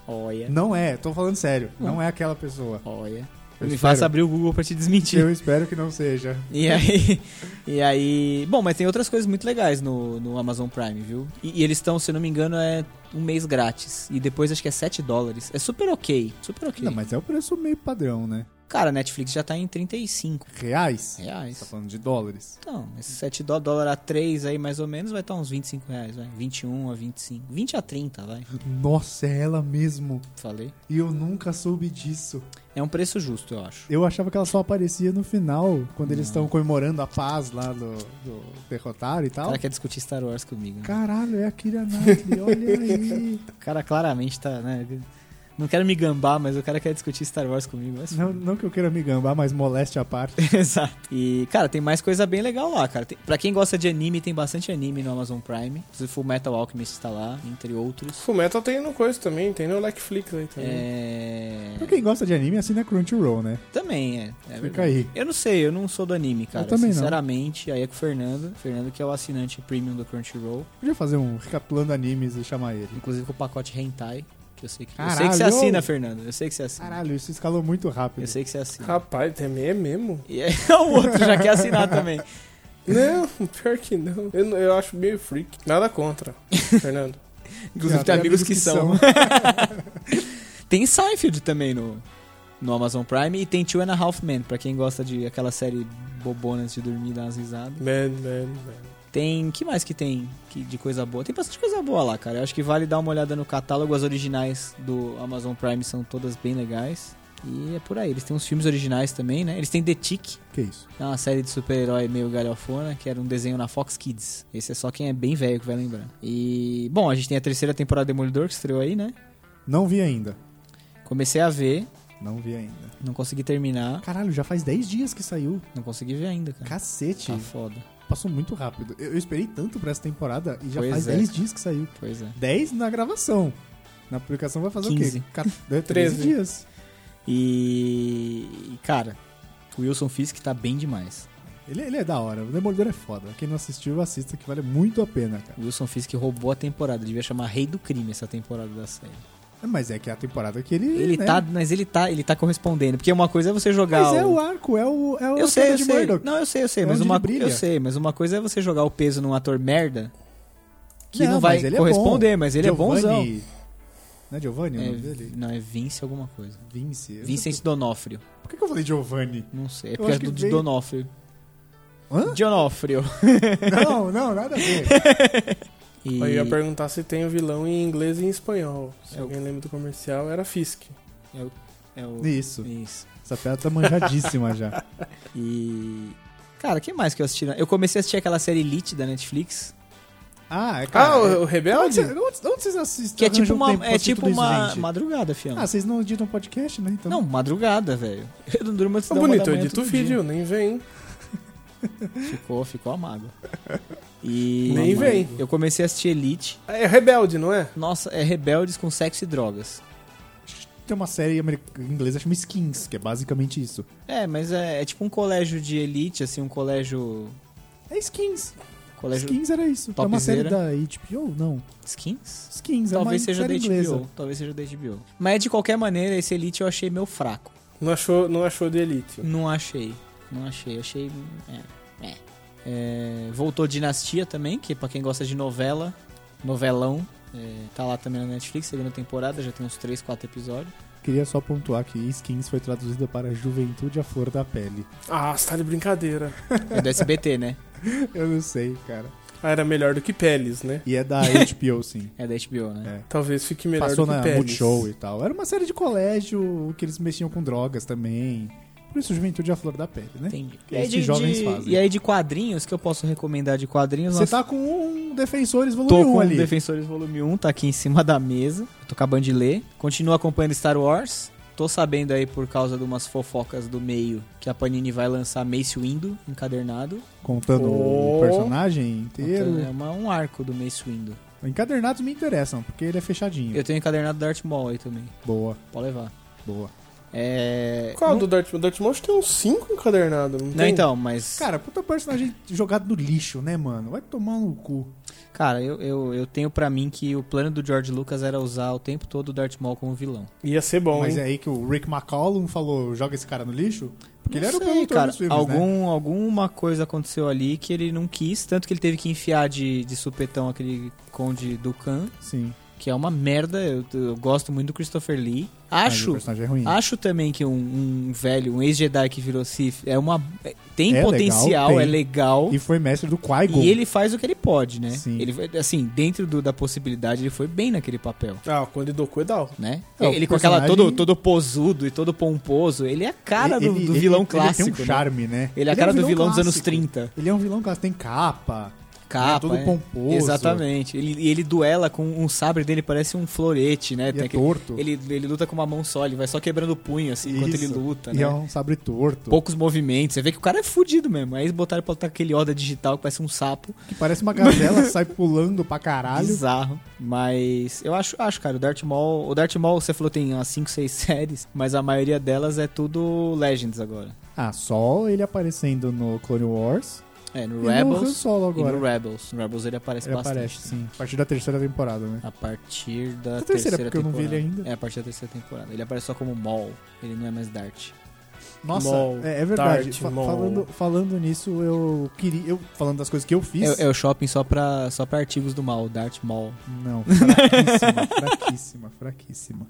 [SPEAKER 3] Olha.
[SPEAKER 1] Não é, tô falando sério. Não é aquela pessoa.
[SPEAKER 3] Olha.
[SPEAKER 1] Eu
[SPEAKER 3] Me
[SPEAKER 1] espero.
[SPEAKER 3] faça abrir o Google pra te desmentir.
[SPEAKER 1] Eu espero que não seja.
[SPEAKER 3] E aí, e aí. Bom, mas tem outras coisas muito legais no, no Amazon Prime, viu? E, e eles estão, se eu não me engano, é um mês grátis. E depois acho que é 7 dólares. É super ok. Super ok.
[SPEAKER 1] Não, mas é o preço meio padrão, né?
[SPEAKER 3] Cara, a Netflix já tá em 35
[SPEAKER 1] Reais? Tá
[SPEAKER 3] reais.
[SPEAKER 1] falando de dólares.
[SPEAKER 3] Então, esses 7 dó- dólar a 3 aí mais ou menos vai estar uns 25 reais, vai. 21 a 25. 20 a 30, vai.
[SPEAKER 1] Nossa, é ela mesmo.
[SPEAKER 3] Falei.
[SPEAKER 1] E eu nunca soube disso.
[SPEAKER 3] É um preço justo, eu acho.
[SPEAKER 1] Eu achava que ela só aparecia no final, quando eles estão comemorando a paz lá do, do derrotário e
[SPEAKER 3] O
[SPEAKER 1] tal.
[SPEAKER 3] cara quer discutir Star Wars comigo. Né?
[SPEAKER 1] Caralho, é a Kira Knightley, olha aí.
[SPEAKER 3] O cara claramente tá, né? Não quero me gambar, mas o cara quer discutir Star Wars comigo. Mas
[SPEAKER 1] Não, não que eu queira me gambar, mas moleste a parte.
[SPEAKER 3] Exato. E, cara, tem mais coisa bem legal lá, cara. Tem, pra quem gosta de anime, tem bastante anime no Amazon Prime. Se for Metal Alchemist tá lá, entre outros.
[SPEAKER 2] Fullmetal tem no coisa também, tem no Netflix aí também.
[SPEAKER 3] É...
[SPEAKER 1] Pra quem gosta de anime, assina Crunchyroll, né?
[SPEAKER 3] Também, é. é
[SPEAKER 1] Fica
[SPEAKER 3] verdade.
[SPEAKER 1] aí.
[SPEAKER 3] Eu não sei, eu não sou do anime, cara.
[SPEAKER 1] Eu também não.
[SPEAKER 3] Sinceramente, aí é com o Fernando. Fernando que é o assinante premium do Crunchyroll.
[SPEAKER 1] Podia fazer um recapitulando animes e chamar ele.
[SPEAKER 3] Inclusive com o pacote Hentai, que eu sei que... Eu sei
[SPEAKER 1] Caralho!
[SPEAKER 3] que você assina, Fernando. Eu sei que você assina.
[SPEAKER 1] Caralho, isso escalou muito rápido.
[SPEAKER 3] Eu sei que você assina.
[SPEAKER 2] Rapaz, tem é mesmo?
[SPEAKER 3] E aí, o outro já quer assinar também.
[SPEAKER 2] Não, pior que não. Eu, não- eu acho meio freak. Nada contra, Fernando.
[SPEAKER 3] Inclusive
[SPEAKER 1] Já
[SPEAKER 3] tem
[SPEAKER 1] tem
[SPEAKER 3] amigos
[SPEAKER 1] amigos que
[SPEAKER 3] que são. tem Seinfeld também no, no Amazon Prime e tem Two and a Half Men, pra quem gosta de aquela série bobona antes de dormir dar umas risadas.
[SPEAKER 2] Man, man, man.
[SPEAKER 3] Tem, que mais que tem que, de coisa boa? Tem bastante coisa boa lá, cara. Eu acho que vale dar uma olhada no catálogo. As originais do Amazon Prime são todas bem legais. E é por aí. Eles têm uns filmes originais também, né? Eles têm The Tick,
[SPEAKER 1] Que isso?
[SPEAKER 3] que é uma série de super-herói meio galhofona, que era um desenho na Fox Kids. Esse é só quem é bem velho que vai lembrar. E, bom, a gente tem a terceira temporada do Demolidor, que estreou aí, né?
[SPEAKER 1] Não vi ainda.
[SPEAKER 3] Comecei a ver,
[SPEAKER 1] Não vi ainda.
[SPEAKER 3] não consegui terminar,
[SPEAKER 1] Caralho, já faz 10 dias que saiu.
[SPEAKER 3] não consegui ver ainda, cara.
[SPEAKER 1] Cacete.
[SPEAKER 3] Tá foda.
[SPEAKER 1] Passou muito rápido. Eu, eu esperei tanto pra essa temporada e já
[SPEAKER 3] Pois
[SPEAKER 1] faz
[SPEAKER 3] é,
[SPEAKER 1] 10
[SPEAKER 3] cara.
[SPEAKER 1] dias que saiu.
[SPEAKER 3] Pois é.
[SPEAKER 1] 10 na gravação. Na publicação vai fazer
[SPEAKER 3] 15.
[SPEAKER 1] o quê? Ca- é, 13,
[SPEAKER 2] 13.
[SPEAKER 1] dias.
[SPEAKER 3] E, e, cara, o Wilson Fisk tá bem demais.
[SPEAKER 1] Ele, ele é da hora. O Demolidor é foda. Quem não assistiu, assista que vale muito a pena, cara.
[SPEAKER 3] O Wilson Fisk roubou a temporada, devia chamar Rei do Crime essa temporada da série.
[SPEAKER 1] Mas é que é a temporada que ele.
[SPEAKER 3] Ele
[SPEAKER 1] né?
[SPEAKER 3] tá, mas ele tá, ele tá correspondendo, porque uma coisa é você jogar
[SPEAKER 1] Mas é
[SPEAKER 3] o-
[SPEAKER 1] o arco, é o. É o
[SPEAKER 3] Eu sei,
[SPEAKER 1] Casa
[SPEAKER 3] eu
[SPEAKER 1] de
[SPEAKER 3] sei.
[SPEAKER 1] Murdoch.
[SPEAKER 3] Não, eu sei, eu sei,
[SPEAKER 1] É
[SPEAKER 3] mas
[SPEAKER 1] onde
[SPEAKER 3] uma
[SPEAKER 1] ele brilha.
[SPEAKER 3] eu sei, mas uma coisa é você jogar o peso num ator merda que não,
[SPEAKER 1] Não,
[SPEAKER 3] vai
[SPEAKER 1] mas ele é
[SPEAKER 3] corresponder, mas ele
[SPEAKER 1] Giovanni-
[SPEAKER 3] é bonzão.
[SPEAKER 1] Não é Giovanni o
[SPEAKER 3] É,
[SPEAKER 1] nome dele?
[SPEAKER 3] não, é Vince alguma coisa.
[SPEAKER 1] Vince. Eu
[SPEAKER 3] Vincent Donofrio.
[SPEAKER 1] não- Por que que eu falei Giovanni?
[SPEAKER 3] Não sei, é
[SPEAKER 1] Eu
[SPEAKER 3] porque é
[SPEAKER 1] acho que
[SPEAKER 3] do de
[SPEAKER 1] veio-
[SPEAKER 3] Donofrio.
[SPEAKER 1] Hã?
[SPEAKER 3] Donofrio.
[SPEAKER 1] não, não, nada a ver.
[SPEAKER 3] E...
[SPEAKER 2] Eu ia perguntar se tem o vilão em inglês e em espanhol. Se
[SPEAKER 3] É o-
[SPEAKER 2] alguém lembra do comercial, era Fisk.
[SPEAKER 3] é o...
[SPEAKER 1] Isso.
[SPEAKER 3] Isso.
[SPEAKER 1] Essa piada tá manjadíssima já.
[SPEAKER 3] E... Cara, o que mais que eu assisti? na- Eu comecei a assistir aquela série Elite da Netflix,
[SPEAKER 1] Ah, é cara.
[SPEAKER 2] Ah, o, o
[SPEAKER 1] é... onde,
[SPEAKER 2] Rebelde?
[SPEAKER 1] cê- onde, onde vocês assistem?
[SPEAKER 3] que é tipo
[SPEAKER 1] arranjam
[SPEAKER 3] uma,
[SPEAKER 1] um tempo pra
[SPEAKER 3] é
[SPEAKER 1] assistir
[SPEAKER 3] tipo
[SPEAKER 1] tudo isso,
[SPEAKER 3] uma
[SPEAKER 1] gente?
[SPEAKER 3] madrugada, fião.
[SPEAKER 1] Ah, vocês não editam podcast, né? Então...
[SPEAKER 3] não, madrugada, velho. Eu não durmo antes
[SPEAKER 2] Tá
[SPEAKER 3] da uma
[SPEAKER 2] bonito,
[SPEAKER 3] da
[SPEAKER 2] eu
[SPEAKER 3] manhã
[SPEAKER 2] edito o
[SPEAKER 3] todo um dia.
[SPEAKER 2] vídeo, nem vem.
[SPEAKER 3] Ficou, ficou a mágoa. E.
[SPEAKER 2] Nem
[SPEAKER 3] Uma
[SPEAKER 2] vem.
[SPEAKER 3] mágoa. Eu comecei a assistir Elite.
[SPEAKER 2] É Rebelde, não é?
[SPEAKER 3] Nossa, é Rebeldes com Sexo e Drogas.
[SPEAKER 1] Tem uma série america- inglesa que chama Skins, que é basicamente isso.
[SPEAKER 3] É, mas é, é tipo um colégio de elite, assim, um colégio.
[SPEAKER 1] É Skins.
[SPEAKER 3] Colégio.
[SPEAKER 1] Skins era isso. É uma série
[SPEAKER 3] Topzera.
[SPEAKER 1] da HBO? Não.
[SPEAKER 3] Skins?
[SPEAKER 1] Skins,
[SPEAKER 3] Talvez
[SPEAKER 1] é uma
[SPEAKER 3] seja da
[SPEAKER 1] série
[SPEAKER 3] HBO.
[SPEAKER 1] inglesa.
[SPEAKER 3] Talvez seja da HBO. Mas de qualquer maneira, esse Elite eu achei meio fraco.
[SPEAKER 2] Não achou, não achou de Elite.
[SPEAKER 3] Não achei. Não achei. Achei. É. é. É, voltou Dinastia também, que pra quem gosta de novela, novelão. é, tá lá também na Netflix, segunda temporada, já tem uns 3, 4 episódios.
[SPEAKER 1] Queria só pontuar que Skins foi traduzida para Juventude à Flor da Pele.
[SPEAKER 2] Ah, você tá de brincadeira.
[SPEAKER 3] É do SBT, né?
[SPEAKER 1] Eu não sei, cara.
[SPEAKER 2] Ah, era melhor do que Peles, né?
[SPEAKER 1] E é da HBO, sim.
[SPEAKER 3] É da HBO, né?
[SPEAKER 1] É.
[SPEAKER 2] Talvez fique melhor
[SPEAKER 1] Passou
[SPEAKER 2] do que
[SPEAKER 1] na
[SPEAKER 2] Peles.
[SPEAKER 1] Multishow e tal. Era uma série de colégio que eles mexiam com drogas também. Por isso, Juventude à Flor da Pele, né?
[SPEAKER 3] Entendi.
[SPEAKER 1] Que esses jovens fazem.
[SPEAKER 3] e aí de quadrinhos, que eu posso recomendar de quadrinhos?
[SPEAKER 1] Você
[SPEAKER 3] nós-
[SPEAKER 1] tá com um Defensores
[SPEAKER 3] Tô
[SPEAKER 1] Volume 1
[SPEAKER 3] com
[SPEAKER 1] ali.
[SPEAKER 3] Defensores Volume 1, tá aqui em cima da mesa. Eu tô acabando de ler. Continuo acompanhando Star Wars. Tô sabendo aí por causa de umas fofocas do meio que a Panini vai lançar Mace Windu encadernado.
[SPEAKER 1] Contando o
[SPEAKER 2] Oh.
[SPEAKER 1] personagem inteiro.
[SPEAKER 3] É uma- um arco do Mace Windu.
[SPEAKER 1] Encadernados me interessam, porque ele é fechadinho.
[SPEAKER 3] Eu tenho encadernado Darth Maul aí também.
[SPEAKER 1] Boa,
[SPEAKER 3] Pode levar.
[SPEAKER 1] boa.
[SPEAKER 3] É...
[SPEAKER 2] Qual
[SPEAKER 3] não...
[SPEAKER 2] do Darth Maul? Darth Maul acho que tem uns 5 encadernados, não,
[SPEAKER 3] Não,
[SPEAKER 2] tem?
[SPEAKER 3] então, mas... Cara,
[SPEAKER 1] Cara, puta personagem jogado no lixo, né, mano? Vai tomar no cu.
[SPEAKER 3] eu, eu, eu tenho pra mim que o plano do George Lucas era usar o tempo todo o Darth Maul como vilão.
[SPEAKER 2] Ia ser bom,
[SPEAKER 1] Mas é
[SPEAKER 2] hein?
[SPEAKER 1] aí que o Rick McCollum falou, joga esse cara no lixo? Porque ele
[SPEAKER 3] Não
[SPEAKER 1] era
[SPEAKER 3] sei,
[SPEAKER 1] o produtor
[SPEAKER 3] cara.
[SPEAKER 1] dos filmes, né?
[SPEAKER 3] Algum, Alguma coisa aconteceu ali que ele não quis, tanto que ele teve que enfiar de, de supetão aquele conde do Khan,
[SPEAKER 1] Sim.
[SPEAKER 3] que é uma merda. Eu, eu gosto muito do Christopher Lee.
[SPEAKER 1] Mas O
[SPEAKER 3] Acho,
[SPEAKER 1] personagem é ruim.
[SPEAKER 3] acho também que um, um velho, um ex-Jedi que virou Sith, é uma, é- tem
[SPEAKER 1] É legal,
[SPEAKER 3] potencial,
[SPEAKER 1] tem.
[SPEAKER 3] é legal.
[SPEAKER 1] E foi mestre do Qui-Gon.
[SPEAKER 3] E ele faz o que ele pode, né?
[SPEAKER 1] Sim.
[SPEAKER 3] Ele, foi- assim, dentro do- da possibilidade, ele foi bem naquele papel,
[SPEAKER 2] Ah, quando ele docou, é da hora.
[SPEAKER 3] né?
[SPEAKER 1] É, o
[SPEAKER 3] ele com aquela
[SPEAKER 1] personagem-
[SPEAKER 3] todo, todo posudo e todo pomposo, ele é a cara do, do vilão clássico.
[SPEAKER 1] Ele tem um
[SPEAKER 3] né?
[SPEAKER 1] charme, né?
[SPEAKER 3] Ele é a cara
[SPEAKER 1] um
[SPEAKER 3] do vilão dos anos
[SPEAKER 1] clássico.
[SPEAKER 3] 30.
[SPEAKER 1] Ele é um vilão clássico, tem capa,
[SPEAKER 3] Capa,
[SPEAKER 1] é todo
[SPEAKER 3] é.
[SPEAKER 1] pomposo.
[SPEAKER 3] Exatamente. Ele, e ele duela com um sabre dele, parece um florete, né?
[SPEAKER 1] E
[SPEAKER 3] Tem
[SPEAKER 1] é
[SPEAKER 3] aquele-
[SPEAKER 1] torto.
[SPEAKER 3] ele, ele luta com uma mão só, ele vai só quebrando o punho, assim, enquanto
[SPEAKER 1] Isso.
[SPEAKER 3] ele luta,
[SPEAKER 1] e
[SPEAKER 3] né?
[SPEAKER 1] é um sabre torto,
[SPEAKER 3] Poucos movimentos. Você vê que o cara é fudido mesmo. Aí eles botaram pra lutar com aquele Oda digital que parece um sapo.
[SPEAKER 1] que parece uma gazela, sai pulando pra caralho.
[SPEAKER 3] Bizarro. Mas eu acho, acho, cara, o Darth Maul... O Darth Maul, você falou, tem umas 5, 6 séries, mas a maioria delas é tudo Legends agora.
[SPEAKER 1] Ah, só ele aparecendo no Clone Wars
[SPEAKER 3] É, no
[SPEAKER 1] e no Han
[SPEAKER 3] Rebels
[SPEAKER 1] Solo
[SPEAKER 3] e no
[SPEAKER 1] agora.
[SPEAKER 3] Rebels. No Rebels ele aparece
[SPEAKER 1] Ele
[SPEAKER 3] bastante.
[SPEAKER 1] aparece, sim. A partir da terceira temporada, né?
[SPEAKER 3] A partir da
[SPEAKER 1] Essa
[SPEAKER 3] terceira,
[SPEAKER 1] terceira, porque eu não
[SPEAKER 3] temporada.
[SPEAKER 1] vi ele ainda.
[SPEAKER 3] É, a partir da terceira temporada. Ele aparece só como Maul. Ele não é mais Dart.
[SPEAKER 1] Nossa,
[SPEAKER 2] Mol,
[SPEAKER 1] é, é verdade.
[SPEAKER 2] Darth
[SPEAKER 1] Fa-
[SPEAKER 2] Mol.
[SPEAKER 1] falando, falando nisso, eu queria... Eu, falando das coisas que eu fiz...
[SPEAKER 3] É, é o shopping só pra, só pra artigos do Maul, Dart Maul.
[SPEAKER 1] Não, fraquíssima, fraquíssima, fraquíssima.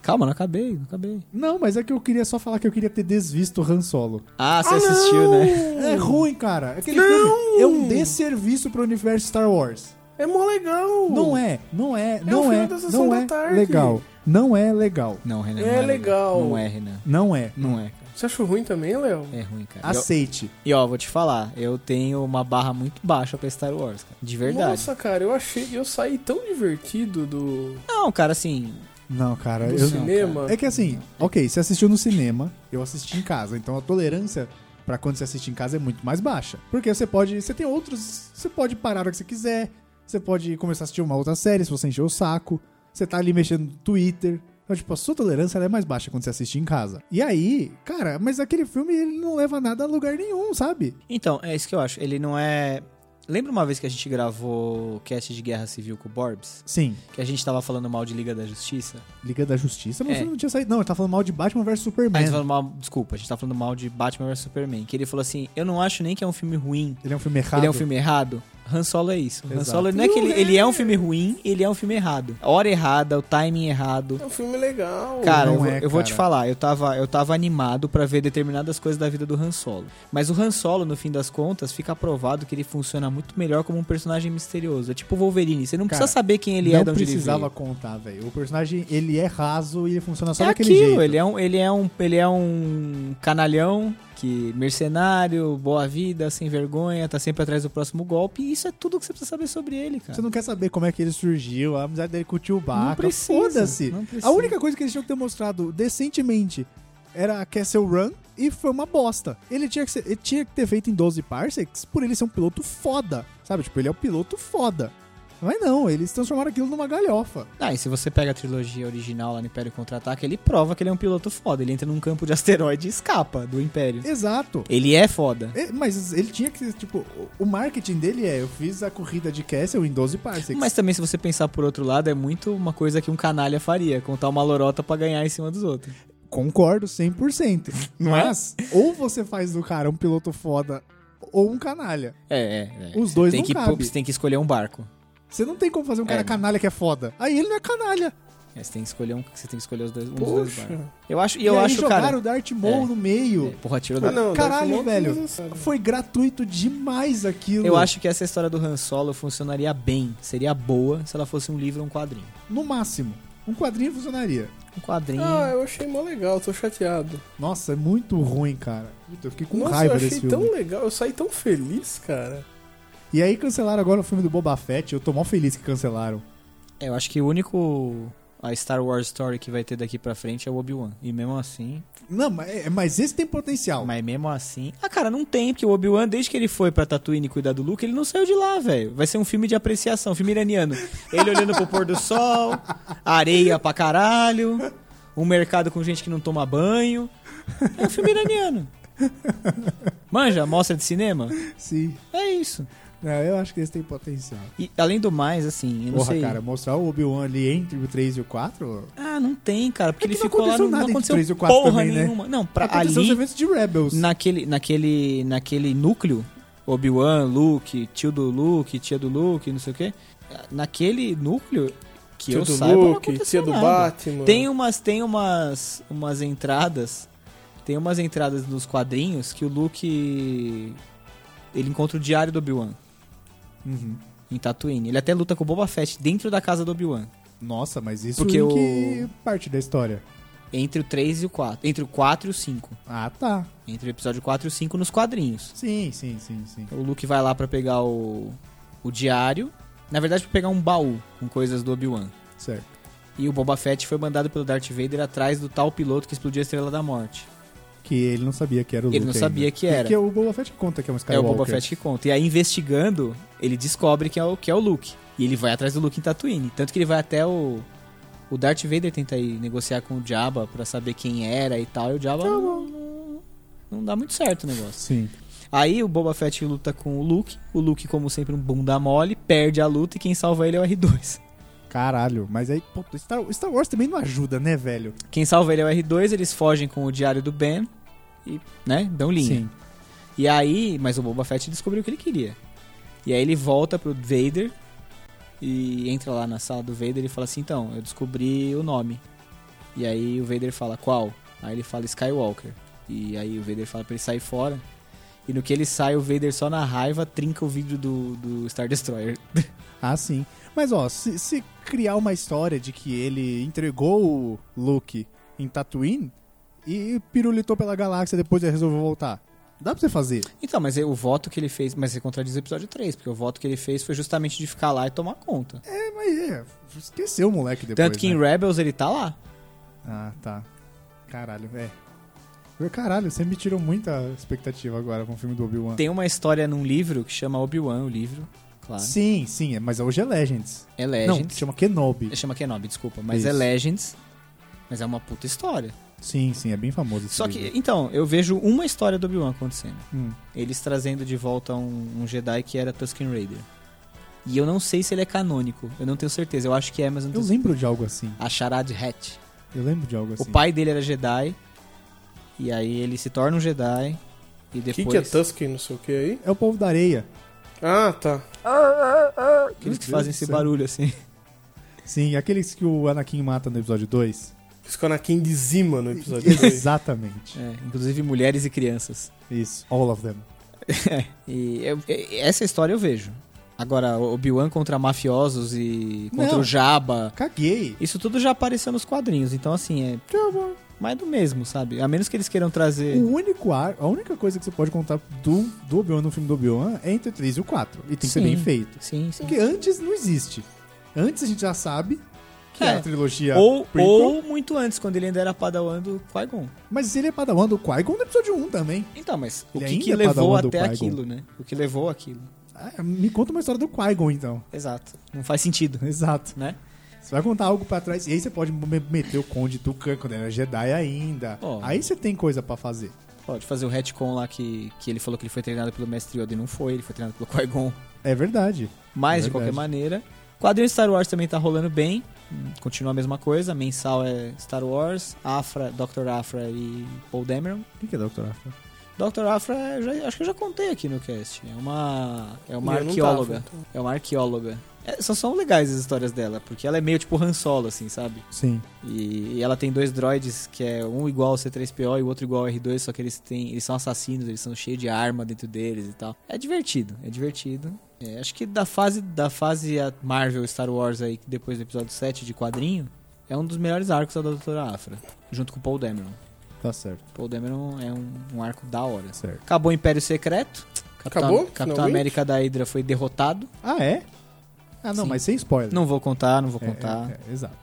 [SPEAKER 3] Calma, não acabei, não acabei.
[SPEAKER 1] Não, mas é que eu queria só falar que eu queria ter desvisto o Han Solo.
[SPEAKER 3] Ah, você assistiu, né?
[SPEAKER 1] É ruim, cara. Aquele
[SPEAKER 2] Não!
[SPEAKER 1] filme é um desserviço pro universo Star Wars.
[SPEAKER 2] É mó legal!
[SPEAKER 1] Não é, não é, não
[SPEAKER 2] o
[SPEAKER 1] é,
[SPEAKER 2] filme da Sessão
[SPEAKER 1] não
[SPEAKER 2] da
[SPEAKER 1] é
[SPEAKER 2] Tarde.
[SPEAKER 1] legal. Não é legal.
[SPEAKER 3] Não, Renan.
[SPEAKER 2] É
[SPEAKER 3] não
[SPEAKER 2] legal.
[SPEAKER 3] Não é, Renan.
[SPEAKER 1] Não é.
[SPEAKER 3] Não é, cara.
[SPEAKER 2] Você achou ruim também, Léo?
[SPEAKER 3] É ruim, cara. E, ó-
[SPEAKER 1] Aceite.
[SPEAKER 3] e ó, vou te falar, eu tenho uma barra muito baixa pra Star Wars, cara. De verdade.
[SPEAKER 2] Nossa, cara, eu achei. Eu saí tão divertido do,
[SPEAKER 3] Não, cara, assim.
[SPEAKER 1] Não, cara,
[SPEAKER 2] do
[SPEAKER 1] eu...
[SPEAKER 3] não,
[SPEAKER 2] cinema.
[SPEAKER 1] É que assim, ok, você assistiu no cinema, eu assisti em casa, então a tolerância pra quando você assiste em casa é muito mais baixa. Porque você pode, você tem outros, você pode parar a hora que você quiser, você pode começar a assistir uma outra série se você encher o saco, você tá ali mexendo no Twitter. Então, tipo, a sua tolerância ela é mais baixa quando você assiste em casa. E aí, cara, mas aquele filme ele não leva nada a lugar nenhum, sabe?
[SPEAKER 3] Então, é isso que eu acho. Ele não é Lembra uma vez que a gente gravou o cast de Guerra Civil com o Borbs?
[SPEAKER 1] Sim,
[SPEAKER 3] Que a gente tava falando mal de Liga da Justiça?
[SPEAKER 1] Liga da Justiça, mas
[SPEAKER 3] É.
[SPEAKER 1] não tinha saído. Não, ele tá falando mal de Batman vs
[SPEAKER 3] A
[SPEAKER 1] Superman.
[SPEAKER 3] gente falando mal, desculpa, a gente tá falando mal de Batman vs Superman. Que ele falou assim: Eu não acho nem que é um filme ruim.
[SPEAKER 1] Ele é um filme errado.
[SPEAKER 3] Ele é um filme errado. Han Solo é isso. Han
[SPEAKER 1] Exato.
[SPEAKER 3] Solo não é que ele, ele é um filme ruim, ele é um filme errado. A hora errada, o timing errado.
[SPEAKER 2] É um filme legal.
[SPEAKER 3] Cara,
[SPEAKER 1] não
[SPEAKER 3] eu, vou-
[SPEAKER 1] é,
[SPEAKER 3] eu vou te
[SPEAKER 1] cara.
[SPEAKER 3] falar, eu tava, eu tava animado pra ver determinadas coisas da vida do Han Solo. Mas o Han Solo, no fim das contas, fica provado que ele funciona muito melhor como um personagem misterioso. É tipo o Wolverine, você não
[SPEAKER 1] Cara,
[SPEAKER 3] precisa saber quem ele
[SPEAKER 1] não
[SPEAKER 3] é, de onde
[SPEAKER 1] precisava
[SPEAKER 3] ele veio.
[SPEAKER 1] contar, velho. O personagem, ele é raso e ele funciona só
[SPEAKER 3] é
[SPEAKER 1] daquele
[SPEAKER 3] aquilo,
[SPEAKER 1] jeito.
[SPEAKER 3] ele é um, ele é um, ele é um canalhão que mercenário, boa vida, sem vergonha, tá sempre atrás do próximo golpe, e isso é tudo que você precisa saber sobre ele, cara.
[SPEAKER 1] Você não quer saber como é que ele surgiu, a amizade dele com o tio
[SPEAKER 3] Não
[SPEAKER 1] Baca.
[SPEAKER 3] precisa,
[SPEAKER 1] Foda-se.
[SPEAKER 3] não precisa.
[SPEAKER 1] A única coisa que eles tinham que ter mostrado decentemente era a Castle Run e foi uma bosta. Ele tinha que, ser- ele tinha que ter feito em 12 parsecs por ele ser um piloto foda. Sabe? Tipo, ele é o piloto foda. Mas não, eles transformaram aquilo numa galhofa.
[SPEAKER 3] Ah, e se você pega a trilogia original lá no Império Contra-Ataque, ele prova que ele é um piloto foda. Ele entra num campo de asteroide e escapa do Império.
[SPEAKER 1] Exato.
[SPEAKER 3] Ele é foda.
[SPEAKER 1] É, Mas ele tinha que ser, tipo, o- o marketing dele é: eu fiz a corrida de Castle em 12 parsecs.
[SPEAKER 3] Mas também, se você pensar por outro lado, é muito uma coisa que um canalha faria, contar uma lorota pra ganhar em cima dos outros.
[SPEAKER 1] Concordo 100%.
[SPEAKER 3] Não é?
[SPEAKER 1] Mas, ou você faz do cara um piloto foda ou um canalha.
[SPEAKER 3] É, é. é.
[SPEAKER 1] Os dois
[SPEAKER 3] tem
[SPEAKER 1] não
[SPEAKER 3] que,
[SPEAKER 1] cabe.
[SPEAKER 3] pô, Você tem que escolher um barco.
[SPEAKER 1] Você não tem como fazer um cara
[SPEAKER 3] É.
[SPEAKER 1] canalha que é foda. Aí ele não é canalha.
[SPEAKER 3] É, você tem que escolher um, você tem que escolher os dois, um dos dois barcos.
[SPEAKER 2] Poxa.
[SPEAKER 3] Eu acho, e
[SPEAKER 1] e
[SPEAKER 3] eu
[SPEAKER 1] aí
[SPEAKER 3] acho,
[SPEAKER 1] jogaram
[SPEAKER 3] cara.
[SPEAKER 1] o Darth Maul
[SPEAKER 3] é.
[SPEAKER 1] no meio.
[SPEAKER 3] É, porra, tiro da...
[SPEAKER 2] Ah, Não,
[SPEAKER 1] Caralho,
[SPEAKER 2] Darth Maul
[SPEAKER 1] velho.
[SPEAKER 2] desnecessário.
[SPEAKER 1] Foi gratuito demais aquilo.
[SPEAKER 3] Eu acho que essa história do Han Solo funcionaria bem, seria boa se ela fosse um livro ou um quadrinho.
[SPEAKER 1] No máximo. Um quadrinho funcionaria.
[SPEAKER 3] Um quadrinho.
[SPEAKER 2] Ah, eu achei mó legal, tô chateado.
[SPEAKER 1] Nossa, é muito ruim, cara. Puta, eu fiquei com
[SPEAKER 2] Nossa,
[SPEAKER 1] raiva
[SPEAKER 2] eu
[SPEAKER 1] desse
[SPEAKER 2] achei
[SPEAKER 1] filme.
[SPEAKER 2] tão legal, eu saí tão feliz, cara.
[SPEAKER 1] E aí cancelaram agora o filme do Boba Fett. Eu tô mal feliz que cancelaram.
[SPEAKER 3] É, eu acho que o único a Star Wars story que vai ter daqui pra frente é o Obi-Wan. E mesmo assim,
[SPEAKER 1] Não, mas, é- mas esse tem potencial.
[SPEAKER 3] mas mesmo assim, ah cara, não tem, porque o Obi-Wan desde que ele foi pra Tatooine cuidar do Luke, ele não saiu de lá, velho. Vai ser um filme de apreciação, filme iraniano. Ele olhando pro pôr do sol, areia pra caralho, um mercado com gente que não toma banho. É um filme iraniano. Manja, mostra de cinema?
[SPEAKER 1] Sim.
[SPEAKER 3] É isso.
[SPEAKER 1] É, eu acho que esse tem potencial.
[SPEAKER 3] E além do mais, assim, eu não
[SPEAKER 1] Porra,
[SPEAKER 3] sei.
[SPEAKER 1] cara, mostrar o Obi-Wan ali entre o 3 e o 4?
[SPEAKER 3] Ah, não tem, cara, porque
[SPEAKER 1] É que
[SPEAKER 3] ele
[SPEAKER 1] não
[SPEAKER 3] ficou lá,
[SPEAKER 1] aconteceu
[SPEAKER 3] não,
[SPEAKER 1] nada
[SPEAKER 3] não
[SPEAKER 1] entre
[SPEAKER 3] aconteceu
[SPEAKER 1] três e o quatro
[SPEAKER 3] porra
[SPEAKER 1] também, né?
[SPEAKER 3] nenhuma. Não, pra ali,
[SPEAKER 1] Aconteceu os eventos de Rebels.
[SPEAKER 3] naquele, naquele, naquele núcleo, Obi-Wan, Luke, tio do Luke, tia do Luke, não sei o quê. Naquele núcleo que
[SPEAKER 2] Tia
[SPEAKER 3] eu
[SPEAKER 2] do
[SPEAKER 3] saiba, não
[SPEAKER 2] Luke,
[SPEAKER 3] aconteceu
[SPEAKER 2] tia do
[SPEAKER 3] nada.
[SPEAKER 2] Batman.
[SPEAKER 3] Tem um umas, tem umas, umas entradas, tem umas entradas nos quadrinhos que o Luke ele encontra o diário do Obi-Wan
[SPEAKER 1] Uhum.
[SPEAKER 3] em Tatooine. Ele até luta com o Boba Fett dentro da casa do Obi-Wan.
[SPEAKER 1] Nossa, mas isso
[SPEAKER 3] Porque
[SPEAKER 1] em
[SPEAKER 3] o-
[SPEAKER 1] que parte da história?
[SPEAKER 3] Entre o 3 e o 4. Entre o 4 e o 5.
[SPEAKER 1] Ah, tá.
[SPEAKER 3] Entre o episódio 4 e o 5 nos quadrinhos.
[SPEAKER 1] Sim, sim, sim, sim.
[SPEAKER 3] O Luke vai lá pra pegar o, o diário. Na verdade, pra pegar um baú com coisas do Obi-Wan.
[SPEAKER 1] Certo.
[SPEAKER 3] E o Boba Fett foi mandado pelo Darth Vader atrás do tal piloto que explodiu a Estrela da Morte.
[SPEAKER 1] Que ele não sabia que era o
[SPEAKER 3] Ele
[SPEAKER 1] Luke
[SPEAKER 3] não sabia
[SPEAKER 1] ainda.
[SPEAKER 3] que era.
[SPEAKER 1] Porque o Boba Fett conta que é um
[SPEAKER 3] É o
[SPEAKER 1] Skywalker.
[SPEAKER 3] Boba Fett que conta. E aí, investigando, ele descobre que é o, que é o Luke. E ele vai atrás do Luke em Tatooine. Tanto que ele vai até o. O Darth Vader tenta ir negociar com o Jabba pra saber quem era e tal. E o Jabba não, não- não dá muito certo o negócio.
[SPEAKER 1] Sim.
[SPEAKER 3] Aí o Boba Fett luta com o Luke. O Luke, como sempre, um bunda mole, perde a luta e quem salva ele é o R2.
[SPEAKER 1] Caralho. Mas aí, puta, Star, Star Wars também não ajuda, né, velho?
[SPEAKER 3] Quem salva ele é o R2, eles fogem com o diário do Ben e, né, dão linha.
[SPEAKER 1] Sim.
[SPEAKER 3] E aí, mas o Boba Fett descobriu o que ele queria. E aí ele volta pro Vader e entra lá na sala do Vader e fala assim: "Então, eu descobri o nome". E aí o Vader fala: "Qual?". Aí ele fala Skywalker. E aí o Vader fala pra ele sair fora. E no que ele sai, o Vader só na raiva trinca o vidro do, do Star Destroyer.
[SPEAKER 1] Ah, sim. Mas, ó, se, se criar uma história de que ele entregou o Luke em Tatooine e pirulitou pela galáxia depois ele resolveu voltar. Dá pra você fazer.
[SPEAKER 3] Então, mas o voto que ele fez. Mas você contradiz o episódio 3, porque o voto que ele fez foi justamente de ficar lá e tomar conta.
[SPEAKER 1] É, mas é, esqueceu o moleque depois,
[SPEAKER 3] Tanto que
[SPEAKER 1] né?
[SPEAKER 3] em Rebels ele tá lá.
[SPEAKER 1] Ah, tá. Caralho, é. Eu- Caralho, você me tirou muita expectativa agora com o filme do Obi-Wan.
[SPEAKER 3] Tem uma história num livro que chama Obi-Wan, o livro, claro.
[SPEAKER 1] Sim, sim, é- mas hoje é Legends.
[SPEAKER 3] É
[SPEAKER 1] Não,
[SPEAKER 3] Legends.
[SPEAKER 1] chama Kenobi.
[SPEAKER 3] Chama Kenobi, desculpa. Mas é
[SPEAKER 1] Isso.
[SPEAKER 3] Legends. Mas é uma puta história.
[SPEAKER 1] Sim, sim, é bem famoso esse
[SPEAKER 3] Só
[SPEAKER 1] livro.
[SPEAKER 3] que, então, eu vejo uma história do Obi-Wan acontecendo.
[SPEAKER 1] Hum.
[SPEAKER 3] Eles trazendo de volta um, um Jedi que era Tusken Raider. E eu não sei se ele é canônico. Eu não tenho certeza. Eu acho que é, mas eu não
[SPEAKER 1] Eu
[SPEAKER 3] tenho
[SPEAKER 1] lembro de algo assim.
[SPEAKER 3] A Charad Hat.
[SPEAKER 1] Eu lembro de algo assim.
[SPEAKER 3] O pai dele era Jedi. E aí ele se torna um Jedi. E
[SPEAKER 2] O que,
[SPEAKER 3] depois.
[SPEAKER 2] que é Tusk não sei o que aí?
[SPEAKER 1] É o povo da areia.
[SPEAKER 2] Ah, tá.
[SPEAKER 3] Aqueles que
[SPEAKER 1] Meu Deus
[SPEAKER 3] fazem
[SPEAKER 1] do
[SPEAKER 3] esse
[SPEAKER 1] céu.
[SPEAKER 3] barulho assim.
[SPEAKER 1] Sim, aqueles que o Anakin mata no episódio 2.
[SPEAKER 2] Fiz com a Anakin de Zima no episódio 2.
[SPEAKER 1] Exatamente.
[SPEAKER 3] É, inclusive mulheres e crianças.
[SPEAKER 1] Isso. All of them.
[SPEAKER 3] E eu- e- essa história eu vejo. Agora, o Obi-Wan contra mafiosos e contra
[SPEAKER 1] Não.
[SPEAKER 3] o Jabba.
[SPEAKER 1] Caguei.
[SPEAKER 3] Isso tudo já apareceu nos quadrinhos. Então, assim, é mais do mesmo, sabe? A menos que eles queiram trazer.
[SPEAKER 1] O único ar, a única coisa que você pode contar do, do Obi-Wan no filme do Obi-Wan é entre o 3 e o 4. E tem que ser
[SPEAKER 3] Sim.
[SPEAKER 1] bem feito.
[SPEAKER 3] Sim, sim.
[SPEAKER 1] Porque antes não existe. Antes a gente já sabe que é,
[SPEAKER 3] É.
[SPEAKER 1] a trilogia.
[SPEAKER 3] Ou,
[SPEAKER 1] prequel.
[SPEAKER 3] ou muito antes, quando ele ainda era padawan do Qui-Gon.
[SPEAKER 1] Mas ele é padawan do Qui-Gon no episódio 1 também.
[SPEAKER 3] Então, mas o
[SPEAKER 1] Ele
[SPEAKER 3] que,
[SPEAKER 1] ainda
[SPEAKER 3] que
[SPEAKER 1] é
[SPEAKER 3] levou
[SPEAKER 1] padawan do
[SPEAKER 3] até
[SPEAKER 1] Qui-Gon.
[SPEAKER 3] aquilo, né? O que levou aquilo.
[SPEAKER 1] Ah, me conta uma história do Qui-Gon, então.
[SPEAKER 3] Exato. Não faz sentido,
[SPEAKER 1] Exato.
[SPEAKER 3] né?
[SPEAKER 1] Você vai contar algo pra trás e aí você pode me- meter o Conde Tucan quando era Jedi ainda.
[SPEAKER 3] Ó.
[SPEAKER 1] Aí você tem coisa pra fazer.
[SPEAKER 3] Pode fazer o retcon lá que, que ele falou que ele foi treinado pelo Mestre Yoda e não foi, ele foi treinado pelo Qui-Gon.
[SPEAKER 1] É verdade.
[SPEAKER 3] Mas,
[SPEAKER 1] É
[SPEAKER 3] de qualquer
[SPEAKER 1] verdade.
[SPEAKER 3] maneira, quadrinho Star Wars também tá rolando bem. Hum, Continua a mesma coisa. Mensal é Star Wars, Afra, Dr. Afra e Paul Dameron.
[SPEAKER 1] O que é Dr. Afra?
[SPEAKER 3] Dr. Afra, eu já- acho que eu já contei aqui no cast. É uma, é uma
[SPEAKER 2] E eu não
[SPEAKER 3] arqueóloga.
[SPEAKER 2] tava, então.
[SPEAKER 3] É uma arqueóloga. É, são, são legais as histórias dela, porque ela é meio tipo Han Solo, assim, sabe?
[SPEAKER 1] Sim.
[SPEAKER 3] E, e ela tem dois droids, que é um igual ao C3PO e o outro igual ao R2, só que eles têm. Eles são assassinos, eles são cheios de arma dentro deles e tal. É divertido, é divertido. É, acho que da fase da fase a Marvel Star Wars aí, que depois do episódio 7 de quadrinho, é um dos melhores arcos da Doutora Afra, junto com o Paul Dameron.
[SPEAKER 1] Tá certo,
[SPEAKER 3] Paul Dameron é um, um arco da hora.
[SPEAKER 1] tá certo.
[SPEAKER 3] Acabou o Império Secreto. Capitão,
[SPEAKER 2] Acabou?
[SPEAKER 3] Capitão
[SPEAKER 2] Finalmente?
[SPEAKER 3] América da Hydra foi derrotado.
[SPEAKER 1] Ah, é? Ah, não,
[SPEAKER 3] Sim.
[SPEAKER 1] mas sem spoiler.
[SPEAKER 3] Não vou contar, não vou
[SPEAKER 1] É, é,
[SPEAKER 3] contar.
[SPEAKER 1] é, exato.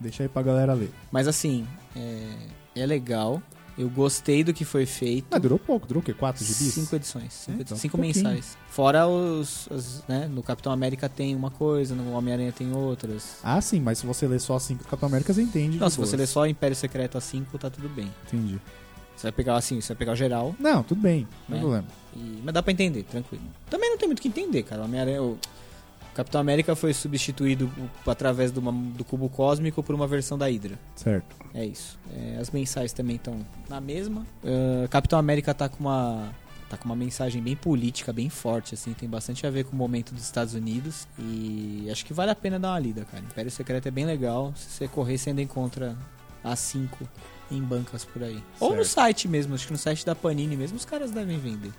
[SPEAKER 1] Deixa aí pra galera ler.
[SPEAKER 3] Mas assim, é, é legal. Eu gostei do que foi feito.
[SPEAKER 1] Ah, durou pouco, durou o quê? 4 gibis?
[SPEAKER 3] Cinco edições, cinco,
[SPEAKER 1] É,
[SPEAKER 3] edi-
[SPEAKER 1] então,
[SPEAKER 3] cinco
[SPEAKER 1] pouquinho.
[SPEAKER 3] mensais. Fora os, os, né, no Capitão América tem uma coisa, no Homem-Aranha tem outras.
[SPEAKER 1] Ah, sim, mas se você ler só 5 Capitão América, você entende.
[SPEAKER 3] Não,
[SPEAKER 1] de
[SPEAKER 3] se você ler
[SPEAKER 1] boas.
[SPEAKER 3] só Império Secreto a 5, tá tudo bem.
[SPEAKER 1] Entendi.
[SPEAKER 3] Você vai pegar assim, você vai pegar o geral,
[SPEAKER 1] Não, tudo bem, não tem
[SPEAKER 3] É.
[SPEAKER 1] problema.
[SPEAKER 3] e- mas dá pra entender, tranquilo. Também não tem muito o que entender, cara. O Homem-Aranha... O Capitão América foi substituído o- através de uma- do cubo cósmico por uma versão da Hydra.
[SPEAKER 1] Certo.
[SPEAKER 3] É isso. É, as mensais também estão na mesma. Ah, Capitão América tá com uma tá com uma mensagem bem política, bem forte, assim, tem bastante a ver com o momento dos Estados Unidos e acho que vale a pena dar uma lida, cara. Império Secreto é bem legal. Se você correr, você ainda encontra a 5 em bancas por aí. Ou no
[SPEAKER 1] Certo.
[SPEAKER 3] site mesmo, acho que no site da Panini mesmo os caras devem vender.